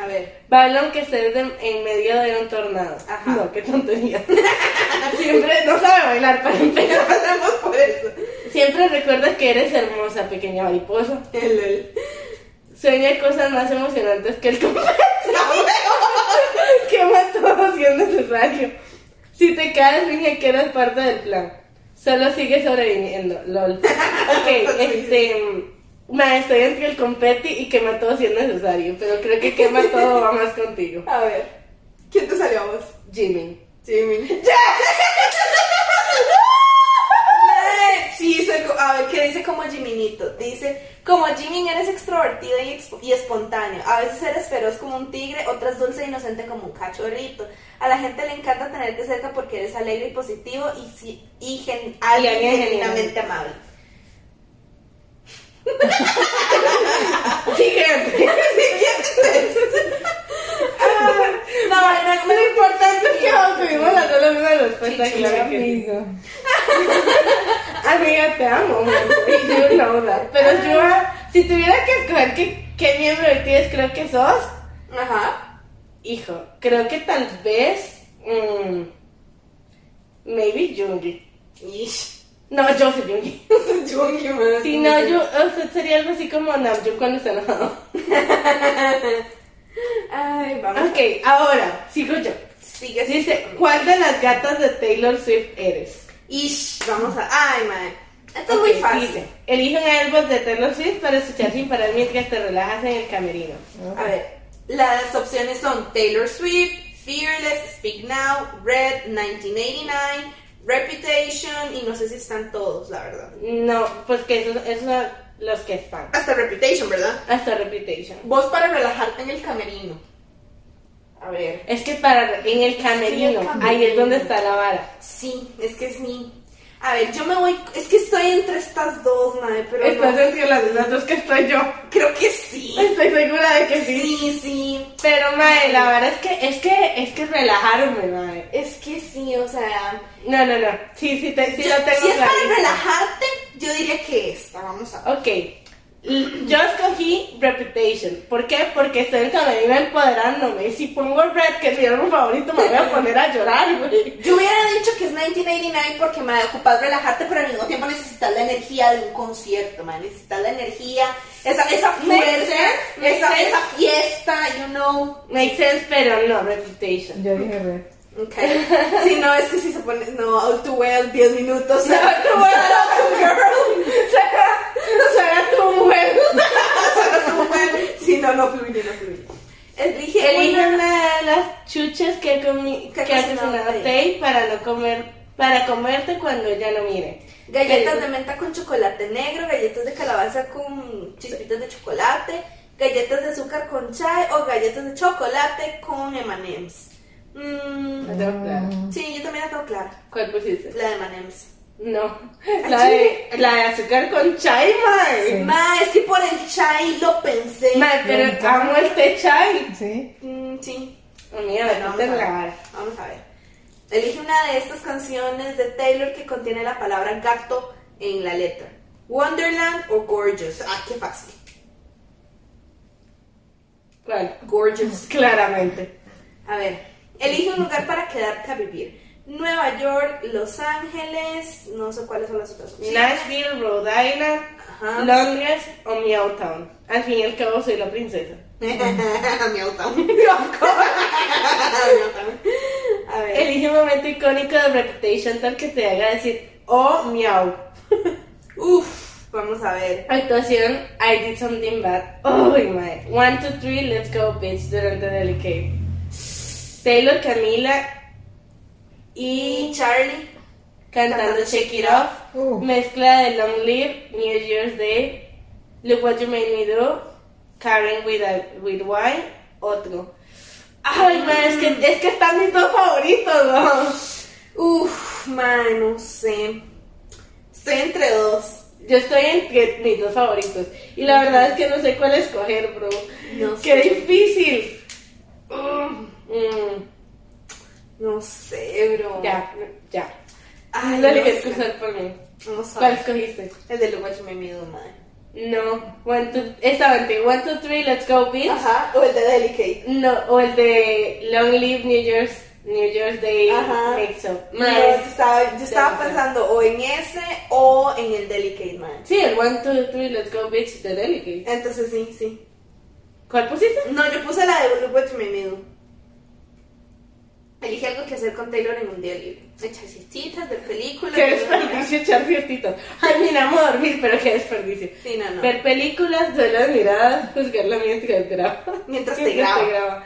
Speaker 2: A ver.
Speaker 1: Balón que se ve en medio de un tornado.
Speaker 2: Ajá.
Speaker 1: No, qué tontería. Siempre no sabe bailar para empezar.
Speaker 2: Empezamos por eso.
Speaker 1: Siempre recuerda que eres hermosa, pequeña mariposa.
Speaker 2: El, el.
Speaker 1: Sueña cosas más emocionantes que el combate.
Speaker 2: No,
Speaker 1: Quema todo si es necesario. Si te caes, dije que eras parte del plan. Solo sigue sobreviviendo, lol. Ok, este. Ma, estoy entre el competi y quema todo si es necesario. Pero creo que quema todo va más contigo.
Speaker 2: A ver. ¿Quién te salió a vos?
Speaker 1: Jimmy.
Speaker 2: Jimmy. Sí, soy co- a ver, ¿qué dice como Jiminito? Dice, como Jimin eres extrovertida y, expo- y espontáneo. A veces eres feroz como un tigre, otras dulce e inocente como un cachorrito. A la gente le encanta tenerte cerca porque eres alegre y positivo y, si- y, gen- alguien
Speaker 1: alguien
Speaker 2: genuinamente amable.
Speaker 1: Siguiente.
Speaker 2: No, no, no,
Speaker 1: Lo importante es que vamos tuvimos las dos la misma respuesta.
Speaker 2: Chichi,
Speaker 1: claro que sí.
Speaker 4: Amigo.
Speaker 1: Amiga, te amo. amor. Y yo no, ¿verdad? Pero yo, si tuviera que escoger qué, qué miembro de ti es, creo que sos,
Speaker 2: Ajá.
Speaker 1: hijo, creo que tal vez, mm, maybe Jungi.
Speaker 2: Ish.
Speaker 1: No, yo soy Jungi.
Speaker 2: Jungi, man.
Speaker 1: Si no, yo, o sea, sería algo así como Namjoon cuando está enojado.
Speaker 2: Ay, vamos.
Speaker 1: Ok, ahora, sigo yo.
Speaker 2: Sigue.
Speaker 1: Dice, ¿cuál de las gatas de Taylor Swift eres?
Speaker 2: Ish, vamos a. Ay, man. Esto
Speaker 1: Ok,
Speaker 2: es muy fácil.
Speaker 1: dice, Elige un álbum de Taylor Swift para escuchar sin parar mientras te relajas en el camerino.
Speaker 2: A ver, las opciones son Taylor Swift, Fearless, Speak Now, Red, 1989, Reputation y no sé si están todos, la verdad.
Speaker 1: No, pues que esos, esos son los que están.
Speaker 2: Hasta Reputation, ¿verdad?
Speaker 1: Hasta Reputation.
Speaker 2: Vos para relajarte en el camerino. A ver.
Speaker 1: Es que para en el camerino,
Speaker 2: Sí, el camerino.
Speaker 1: ahí es donde está la vara.
Speaker 2: Sí, es que es mi... A ver, yo me voy... Es que estoy entre estas dos, madre, pero no sé.
Speaker 1: entre las las dos que estoy yo.
Speaker 2: Creo que sí.
Speaker 1: Estoy segura de que sí.
Speaker 2: Sí, sí.
Speaker 1: Pero madre, la vara es que es que es que relajarme, madre.
Speaker 2: Es que sí, o sea...
Speaker 1: No, no, no. Sí, sí, te, sí
Speaker 2: yo-
Speaker 1: lo tengo
Speaker 2: si es para
Speaker 1: clarísimo.
Speaker 2: relajarte, yo diría que esta, vamos a ver.
Speaker 1: Ok. L- Yo escogí Reputation. ¿Por qué? Porque estoy en el camerino empoderándome. Y si pongo Red, que es mi álbum favorito, me voy a poner a llorar, güey.
Speaker 2: Yo hubiera dicho que es 1989 porque me ocupas relajarte, pero al mismo tiempo necesitas la energía de un concierto, man. Necesitas la energía, esa, esa
Speaker 1: Make
Speaker 2: fuerza,
Speaker 1: sense,
Speaker 2: esa,
Speaker 1: make sense.
Speaker 2: esa fiesta, you know.
Speaker 1: Make sense, pero no, Reputation.
Speaker 4: Yo dije red.
Speaker 2: Okay. Si no, es que si se pone, no, all too well, 10 minutos.
Speaker 1: No, tú, güey,
Speaker 2: girl.
Speaker 1: Será, será tu mujer.
Speaker 2: All too well. Si no, no fluye, no fluye. Elige
Speaker 1: Elige
Speaker 2: una.
Speaker 1: una de las chuches que, comi-
Speaker 2: Que
Speaker 1: que ha
Speaker 2: cocinó
Speaker 1: cocinado
Speaker 2: Tay.
Speaker 1: Tay para no comer, para comerte cuando ella no mire.
Speaker 2: galletas de menta con chocolate negro, galletas de calabaza con chispitas de chocolate, galletas de azúcar con chai o galletas de chocolate con M&M's. Mm,
Speaker 1: La tengo clara.
Speaker 2: sí, yo también la tengo clara,
Speaker 1: ¿Cuál pusiste?
Speaker 2: la de M&M's.
Speaker 1: No. La de, la de azúcar con chai, mae.
Speaker 4: Sí.
Speaker 2: Ma, es que por el chai lo pensé.
Speaker 1: Mae, pero
Speaker 4: encanta.
Speaker 1: amo el té chai.
Speaker 4: Sí.
Speaker 2: Mm, sí.
Speaker 1: Mira,
Speaker 2: Bueno, vamos a
Speaker 1: me la
Speaker 2: ver. Vamos a ver. Elige una de estas canciones de Taylor que contiene la palabra gato en la letra. Wonderland o Gorgeous. Ah, qué fácil.
Speaker 1: ¿Cuál?
Speaker 2: Gorgeous.
Speaker 1: Claramente.
Speaker 2: A ver. Elige un lugar para quedarte a vivir. Nueva York, Los Ángeles, no sé cuáles son las otras opciones.
Speaker 1: Nashville, Rhode Island,
Speaker 2: Ajá.
Speaker 1: Londres o Meowtown. Al fin y al cabo soy la princesa.
Speaker 2: Miau Town. Miau Town. A ver.
Speaker 1: Elige un momento icónico de Reputation tal que te haga decir, oh, miau.
Speaker 2: Uf, vamos a ver.
Speaker 1: Actuación, I did something bad. Uy, mae. One, two, three, let's go, bitch, durante Delicate. Taylor, Camila
Speaker 2: Y
Speaker 1: y
Speaker 2: Charlie.
Speaker 1: cantando Shake It Off.
Speaker 4: Uh.
Speaker 1: Mezcla de Long Live, New Year's Day, Look What You Made Me Do, Karen with, a- with Wine, otro. Ay, mae, es que, es que están mis dos favoritos, ¿no?
Speaker 2: Uf, man, no sé. Estoy entre dos.
Speaker 1: Yo estoy entre mis dos favoritos. Y la verdad es que no sé cuál escoger, bro.
Speaker 2: No
Speaker 1: Qué
Speaker 2: sé.
Speaker 1: difícil. Mm, mm,
Speaker 2: No sé, bro.
Speaker 1: ya, ya.
Speaker 2: Ay,
Speaker 1: no
Speaker 2: no
Speaker 1: le quiero
Speaker 2: sé.
Speaker 1: cruzar por mí.
Speaker 2: Vamos a
Speaker 1: ¿Cuál
Speaker 2: ver.
Speaker 1: escogiste?
Speaker 2: El de Lugash me miedo, madre.
Speaker 1: No. One, two, esta one, one, two, three, let's go, bitch.
Speaker 2: Ajá, o el de Delicate.
Speaker 1: No, o el de Long Live New Year's, New Year's Day
Speaker 2: Ajá.
Speaker 1: Mix Up.
Speaker 2: No,
Speaker 1: Mae,
Speaker 2: yo estaba, yo estaba
Speaker 1: no sé.
Speaker 2: pensando o en ese o en el Delicate, man.
Speaker 1: Sí, el one, two, three, let's go, bitch de Delicate.
Speaker 2: Entonces sí, sí.
Speaker 1: ¿Cuál pusiste?
Speaker 2: No, yo puse la de Lugash me miedo. Elige algo que hacer con Taylor en un día libre. Echar cistitas, ver películas.
Speaker 1: Qué
Speaker 2: ver-
Speaker 1: desperdicio echar fiestitos. Ay, mira, amo dormir, pero qué desperdicio.
Speaker 2: Sí, no, no.
Speaker 1: Ver películas, ver las miradas, juzgar la mientras graba.
Speaker 2: Mientras te graba.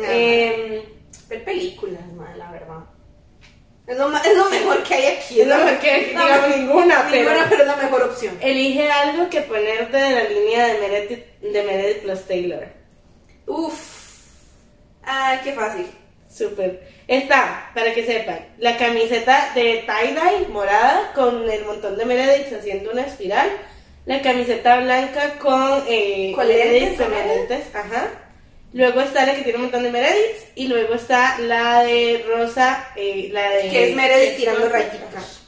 Speaker 2: Ajá.
Speaker 1: Em,
Speaker 2: Ver películas, ma, la verdad. Es lo, ma- es lo mejor que hay aquí.
Speaker 1: Es lo mejor que hay aquí, digamos,
Speaker 2: ma-
Speaker 1: ninguna, pero-
Speaker 2: ninguna, pero es la mejor opción.
Speaker 1: elige algo que ponerte de la línea de Meredith, de Meredith plus Taylor.
Speaker 2: Uf. Ay, qué fácil.
Speaker 1: Súper. Está, para que sepan, la camiseta de tie-dye morada con el montón de Meredith haciendo una espiral. La camiseta blanca con... Eh,
Speaker 2: Con lentes,
Speaker 1: Meredith con
Speaker 2: ajá.
Speaker 1: lentes, ajá. Luego está la que tiene un montón de Meredith. Y luego está la de rosa, eh, la de...
Speaker 2: que es Meredith tirando
Speaker 1: Ajá.
Speaker 2: rayitas.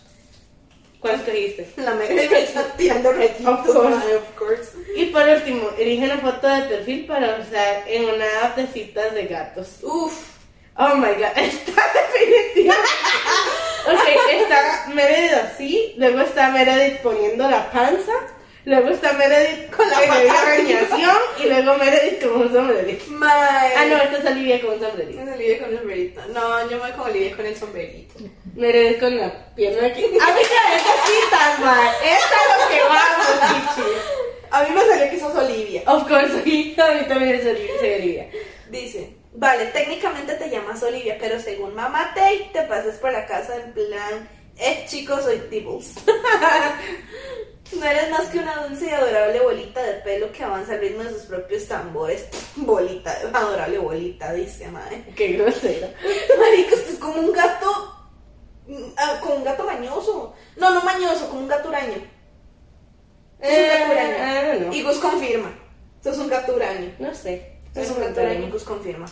Speaker 1: ¿Cuál escogiste?
Speaker 2: La Meredith tirando rayitas.
Speaker 1: Of course.
Speaker 2: ma, of course.
Speaker 1: Y por último, elige una foto de perfil para usar en una app de citas de gatos.
Speaker 2: Uf.
Speaker 1: Oh my god, está definitiva. ok, está Meredith así, luego está Meredith poniendo la panza, luego está Meredith
Speaker 2: Con la
Speaker 1: en
Speaker 2: pata
Speaker 1: la
Speaker 2: arriba.
Speaker 1: bañación y luego Meredith con un sombrerito.
Speaker 2: Mae.
Speaker 1: Ah, no, esta es Olivia con un sombrerito.
Speaker 2: Es Olivia con el sombrerito. No, yo me voy con Olivia con el sombrerito.
Speaker 1: Meredith con la pierna aquí. Amiga, esta sí está mal. Ah, Esta es lo que vamos, chichi.
Speaker 2: A mí me salió que sos Olivia.
Speaker 1: Of course, sí, a mí también se se Olivia.
Speaker 2: Dice, vale, técnicamente te llamas Olivia, pero según mamá Tay, te pasas por la casa en plan, eh chicos, soy Dibbles. no eres más que una dulce y adorable bolita de pelo que avanza al ritmo de sus propios tambores. bolita, adorable bolita, dice, madre.
Speaker 1: Qué grosera.
Speaker 2: Marica, esto es como un gato, mm, ah, como un gato mañoso. No, no mañoso, como un gato huraño. Es un gato
Speaker 1: Eh, I don't
Speaker 2: huraño.
Speaker 1: know.
Speaker 2: Y Gus confirma, sos un gato huraño.
Speaker 1: No sé.
Speaker 2: Es un doctor Amicus confirma.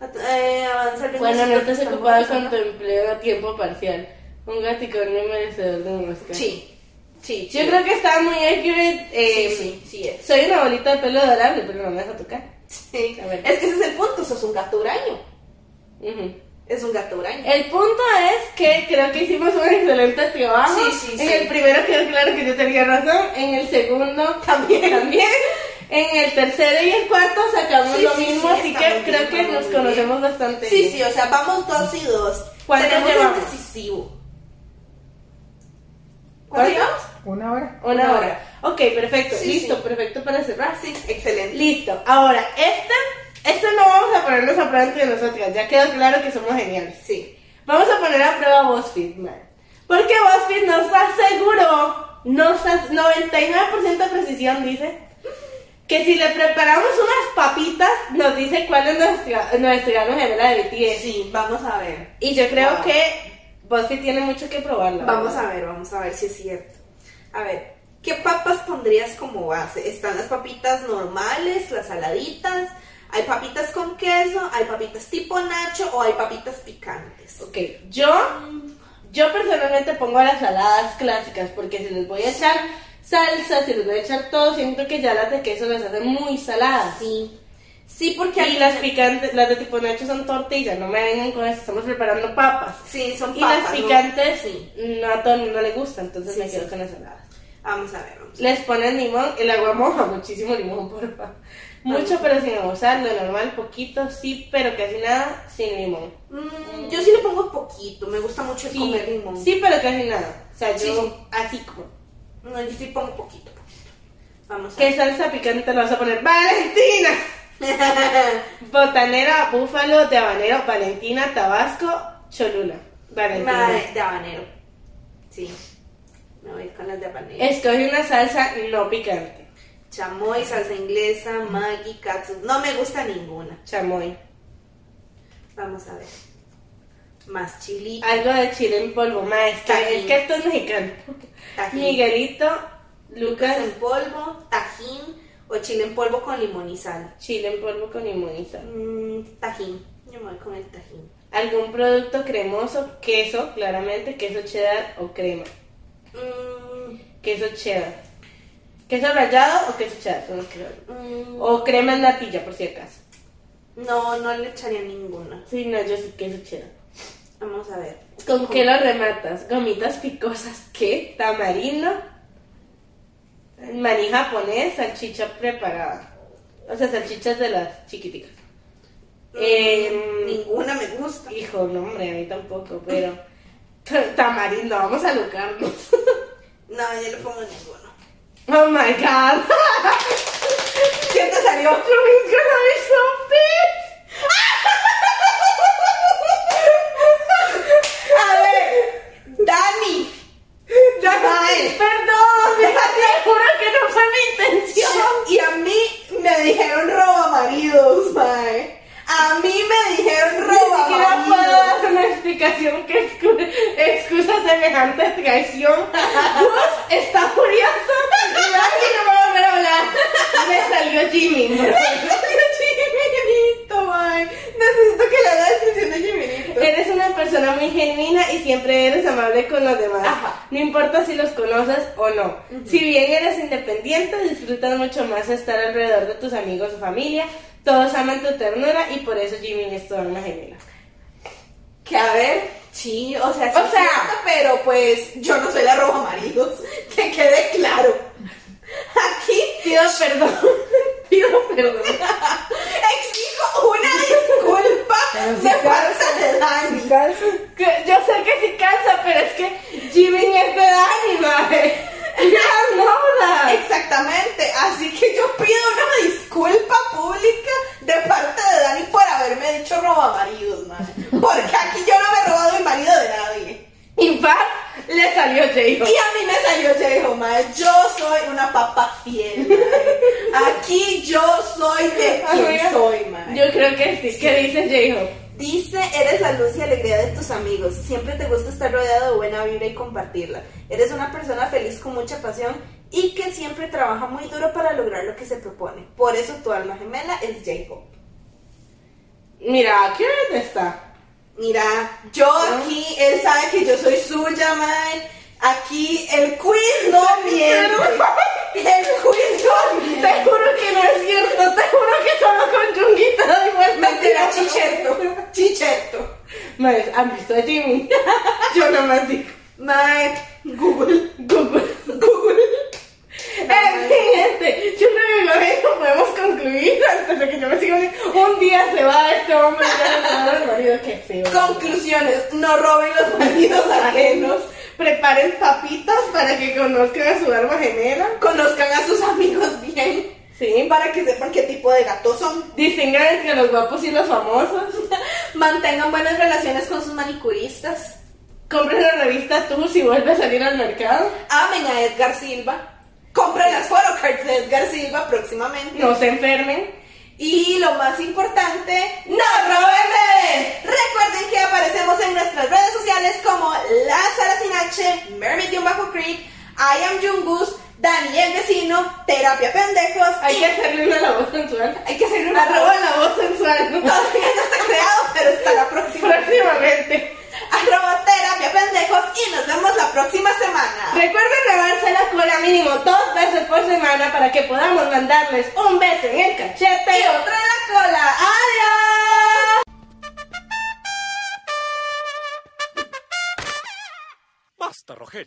Speaker 2: At- Eh, avanza el
Speaker 1: Cuando no estás
Speaker 2: Estamos
Speaker 1: ocupado con
Speaker 2: avanzando.
Speaker 1: tu empleo a tiempo parcial. Un gaticornio merecedor de un Oscar.
Speaker 2: Sí, sí,
Speaker 1: Yo creo que está muy accurate.
Speaker 2: sí,
Speaker 1: eh,
Speaker 2: sí, sí es.
Speaker 1: Soy una bolita de pelo adorable, pero no me deja tocar.
Speaker 2: Sí.
Speaker 1: A ver.
Speaker 2: Es que ese es el punto, sos un gato huraño.
Speaker 1: Ujú.
Speaker 2: Es un gato huraño.
Speaker 1: El punto es que creo que hicimos un excelente trabajo.
Speaker 2: Sí, sí,
Speaker 1: en
Speaker 2: sí.
Speaker 1: el primero quedó claro que yo tenía razón. En el segundo
Speaker 2: También.
Speaker 1: también. En el tercero y el cuarto sacamos
Speaker 2: Sí,
Speaker 1: lo
Speaker 2: sí,
Speaker 1: mismo,
Speaker 2: sí,
Speaker 1: así
Speaker 2: está
Speaker 1: que
Speaker 2: muy
Speaker 1: creo
Speaker 2: bien,
Speaker 1: que
Speaker 2: está
Speaker 1: nos
Speaker 2: muy bien.
Speaker 1: conocemos bastante.
Speaker 2: Sí,
Speaker 1: bien.
Speaker 2: sí, o sea, vamos dos y dos.
Speaker 1: ¿Cuánto
Speaker 2: Tenemos
Speaker 1: llevamos?
Speaker 2: el decisivo.
Speaker 1: ¿Cuánto?
Speaker 2: ¿Cuánto llevamos?
Speaker 4: Una hora.
Speaker 1: Una,
Speaker 2: Una
Speaker 1: hora.
Speaker 2: hora.
Speaker 1: Ok, perfecto.
Speaker 2: Sí,
Speaker 1: Listo,
Speaker 2: sí.
Speaker 1: perfecto para cerrar.
Speaker 2: Ah, sí, excelente.
Speaker 1: Listo. Ahora, este, este no vamos a ponernos a prueba entre nosotras. Ya quedó claro que somos geniales.
Speaker 2: Sí.
Speaker 1: Vamos a poner a prueba BuzzFeed, man. Porque BuzzFeed nos aseguró, nos as- 99% de precisión dice, que si le preparamos unas papitas, nos dice cuál es nuestra, nuestra gran gemela de BTS.
Speaker 2: Sí, vamos a ver.
Speaker 1: Y yo creo
Speaker 2: Wow.
Speaker 1: que BuzzFeed tiene mucho que probarla.
Speaker 2: Vamos a ver, vamos a ver si es cierto. A ver, ¿qué papas pondrías como base? Están las papitas normales, las saladitas, hay papitas con queso, hay papitas tipo nacho o hay papitas picantes.
Speaker 1: Ok, yo, yo personalmente pongo las saladas clásicas porque si les voy a echar salsa, si les voy a echar todo, siento que ya las de queso las hacen muy saladas.
Speaker 2: Sí. Sí, porque
Speaker 1: Y las picantes, las de tipo nacho son tortillas, no me vengan con eso, estamos preparando papas.
Speaker 2: Sí, son
Speaker 1: Y
Speaker 2: papas.
Speaker 1: las
Speaker 2: ¿no?
Speaker 1: picantes,
Speaker 2: Sí.
Speaker 1: no a todo el mundo le gusta, entonces
Speaker 2: Sí,
Speaker 1: me quedo
Speaker 2: sí.
Speaker 1: con las saladas.
Speaker 2: Vamos a ver, vamos a ver.
Speaker 1: Les ponen limón, el agua moja, muchísimo limón, por favor. Mucho, pero sin abusar, lo normal, poquito, sí, pero casi nada, sin limón.
Speaker 2: Mm, yo sí le pongo poquito, me gusta mucho el
Speaker 1: Sí,
Speaker 2: comer limón.
Speaker 1: sí, pero casi nada. O sea, yo
Speaker 2: Sí, sí.
Speaker 1: así como.
Speaker 2: No, yo sí pongo poquito, poquito. Vamos a
Speaker 1: ¿Qué
Speaker 2: ver.
Speaker 1: salsa picante le vas a poner? ¡Valentina! Botanera, búfalo, de habanero, Valentina, Tabasco, Cholula. Valentina.
Speaker 2: Ma- de habanero. Sí. Me voy con las de habanero.
Speaker 1: Escoge una salsa no picante.
Speaker 2: Chamoy, salsa inglesa, Maggi, katsu. No me gusta ninguna.
Speaker 1: Chamoy.
Speaker 2: Vamos a ver. Más chilito.
Speaker 1: Algo de chile en polvo. Maestra,
Speaker 2: Tajín.
Speaker 1: es que esto es mexicano.
Speaker 2: Tajín.
Speaker 1: Miguelito,
Speaker 2: Lucas
Speaker 1: Lucas,
Speaker 2: en polvo, tajín o chile en polvo con limón y sal.
Speaker 1: chile en polvo con limón y sal.
Speaker 2: Mm, tajín. Yo me voy con el tajín.
Speaker 1: Algún producto cremoso, queso, claramente, queso cheddar o crema.
Speaker 2: Mm,
Speaker 1: queso cheddar. Queso rallado o queso cheddar, son los que yo-
Speaker 2: mm,
Speaker 1: O crema en natilla, por si acaso.
Speaker 2: no, no le echaría ninguna.
Speaker 1: Sí, no, yo sí queso cheddar.
Speaker 2: Vamos a ver.
Speaker 1: ¿Con qué lo rematas? Gomitas picosas, ¿qué? Tamarindo, maní japonés, salchicha preparada. O sea, salchichas de las chiquiticas.
Speaker 2: Mm,
Speaker 1: Em,
Speaker 2: ninguna me gusta.
Speaker 1: Hijo, no, hombre, a mí tampoco, pero... ta- Tamarindo, vamos a lucrarnos.
Speaker 2: No, yo le pongo ninguno.
Speaker 1: Oh my god.
Speaker 2: ¿Qué te salió?
Speaker 1: Chloe's gonna be so pissed.
Speaker 2: A ver, Dani. Dani.
Speaker 1: Perdón, mija, te juro que no fue mi
Speaker 2: Yo-
Speaker 1: intención.
Speaker 2: y a mí me dijeron roba maridos, mae. A mí me dijeron
Speaker 1: Ni
Speaker 2: roba
Speaker 1: siquiera puedo
Speaker 2: maridos.
Speaker 1: dar una explicación que excu- excusa semejante traición. Gus está furioso y Dani no va a volver a hablar. Me salió Jimmy.
Speaker 2: Jimenito, mae. Necesito que le haga descripción de Jimenito.
Speaker 1: Eres una persona muy genuina y siempre eres amable con los demás.
Speaker 2: Ajá.
Speaker 1: No importa si los conoces o no. Si bien eres independiente, disfrutas mucho más estar alrededor de tus amigos o familia. Todos aman tu ternura y por eso Jimmy es toda una gemela.
Speaker 2: Que a ver, sí, o sea, sí es
Speaker 1: O sea-
Speaker 2: cierto, pero pues yo no soy la roba maridos. Que quede claro. Aquí
Speaker 1: Pido perdón. Pido perdón.
Speaker 2: exijo una disculpa
Speaker 4: Pero sí
Speaker 2: de
Speaker 4: calza.
Speaker 2: falta de Dani.
Speaker 1: Que- yo sé que sí cansa, pero es que Jimmy es de Dani, madre. Ya no, da.
Speaker 2: Exactamente, así que yo pido una disculpa pública de parte de Dani por haberme dicho robamaridos, madre. Porque aquí yo no me he robado el marido de nadie.
Speaker 1: In fact, le salió
Speaker 2: Y
Speaker 1: J-Hope.
Speaker 2: a mí me salió J-Ho, madre. Yo soy una papa fiel, madre. Aquí yo soy de
Speaker 1: Amiga,
Speaker 2: quien soy, madre.
Speaker 1: Yo creo que sí. ¿Qué dice J-Hope?
Speaker 2: Dice, eres la luz y alegría de tus amigos. Siempre te gusta estar rodeado de buena vibra y compartirla. Eres una persona feliz con mucha pasión y que siempre trabaja muy duro para lograr lo que se propone. Por eso tu alma gemela es J-Hope.
Speaker 1: Mira, ¿qué hora está?
Speaker 2: Mira, yo aquí, él sabe que yo soy suya, mae. Aquí el quiz no miente. El quiz no miente.
Speaker 1: Te juro que no es cierto. Te juro que solo con Chunguita de vuelta.
Speaker 2: Mentira, chicheto. Chicheto.
Speaker 1: Madre, ¿han visto a Jimmy? Yo no me digo.
Speaker 2: Mae, Google.
Speaker 1: Google.
Speaker 2: Google.
Speaker 1: En fin, gente, yo creo que con lo podemos concluir antes de que yo me siga un día se va este hombre ya no se va el marido, qué feo.
Speaker 2: Conclusiones, no roben los maridos ajenos.
Speaker 1: Preparen papitas para que conozcan a su alma gemela.
Speaker 2: Conozcan a sus amigos bien.
Speaker 1: Sí.
Speaker 2: Para que sepan qué tipo de gatos son.
Speaker 1: Distingan entre los guapos y los famosos.
Speaker 2: Mantengan buenas relaciones con sus manicuristas.
Speaker 1: compres la revista tú si vuelve a salir al mercado.
Speaker 2: Amen a Edgar Silva. Compren las photocards de Edgar Silva próximamente.
Speaker 1: No se enfermen.
Speaker 2: Y lo más importante, ¡no roben bebés! Recuerden que aparecemos en nuestras redes sociales como La Sara Sin H, Mermaid-Creek, I Am Jungus, Dani el Vecino, Terapia Pendejos.
Speaker 1: Hay
Speaker 2: y-
Speaker 1: que hacerle una labor sensual.
Speaker 2: hay que hacer una
Speaker 1: Arroba
Speaker 2: rola.
Speaker 1: la voz sensual.
Speaker 2: Todavía no está creado, pero está la próxima.
Speaker 1: Próximamente.
Speaker 2: Arroba Terapia Pendejos y nos vemos la próxima semana.
Speaker 1: Recuerden lavarse la cola mínimo dos veces por semana para que podamos mandarles un beso en el cachete.
Speaker 2: Y otra en la cola. ¡Adiós!
Speaker 4: Basta, Rogelio.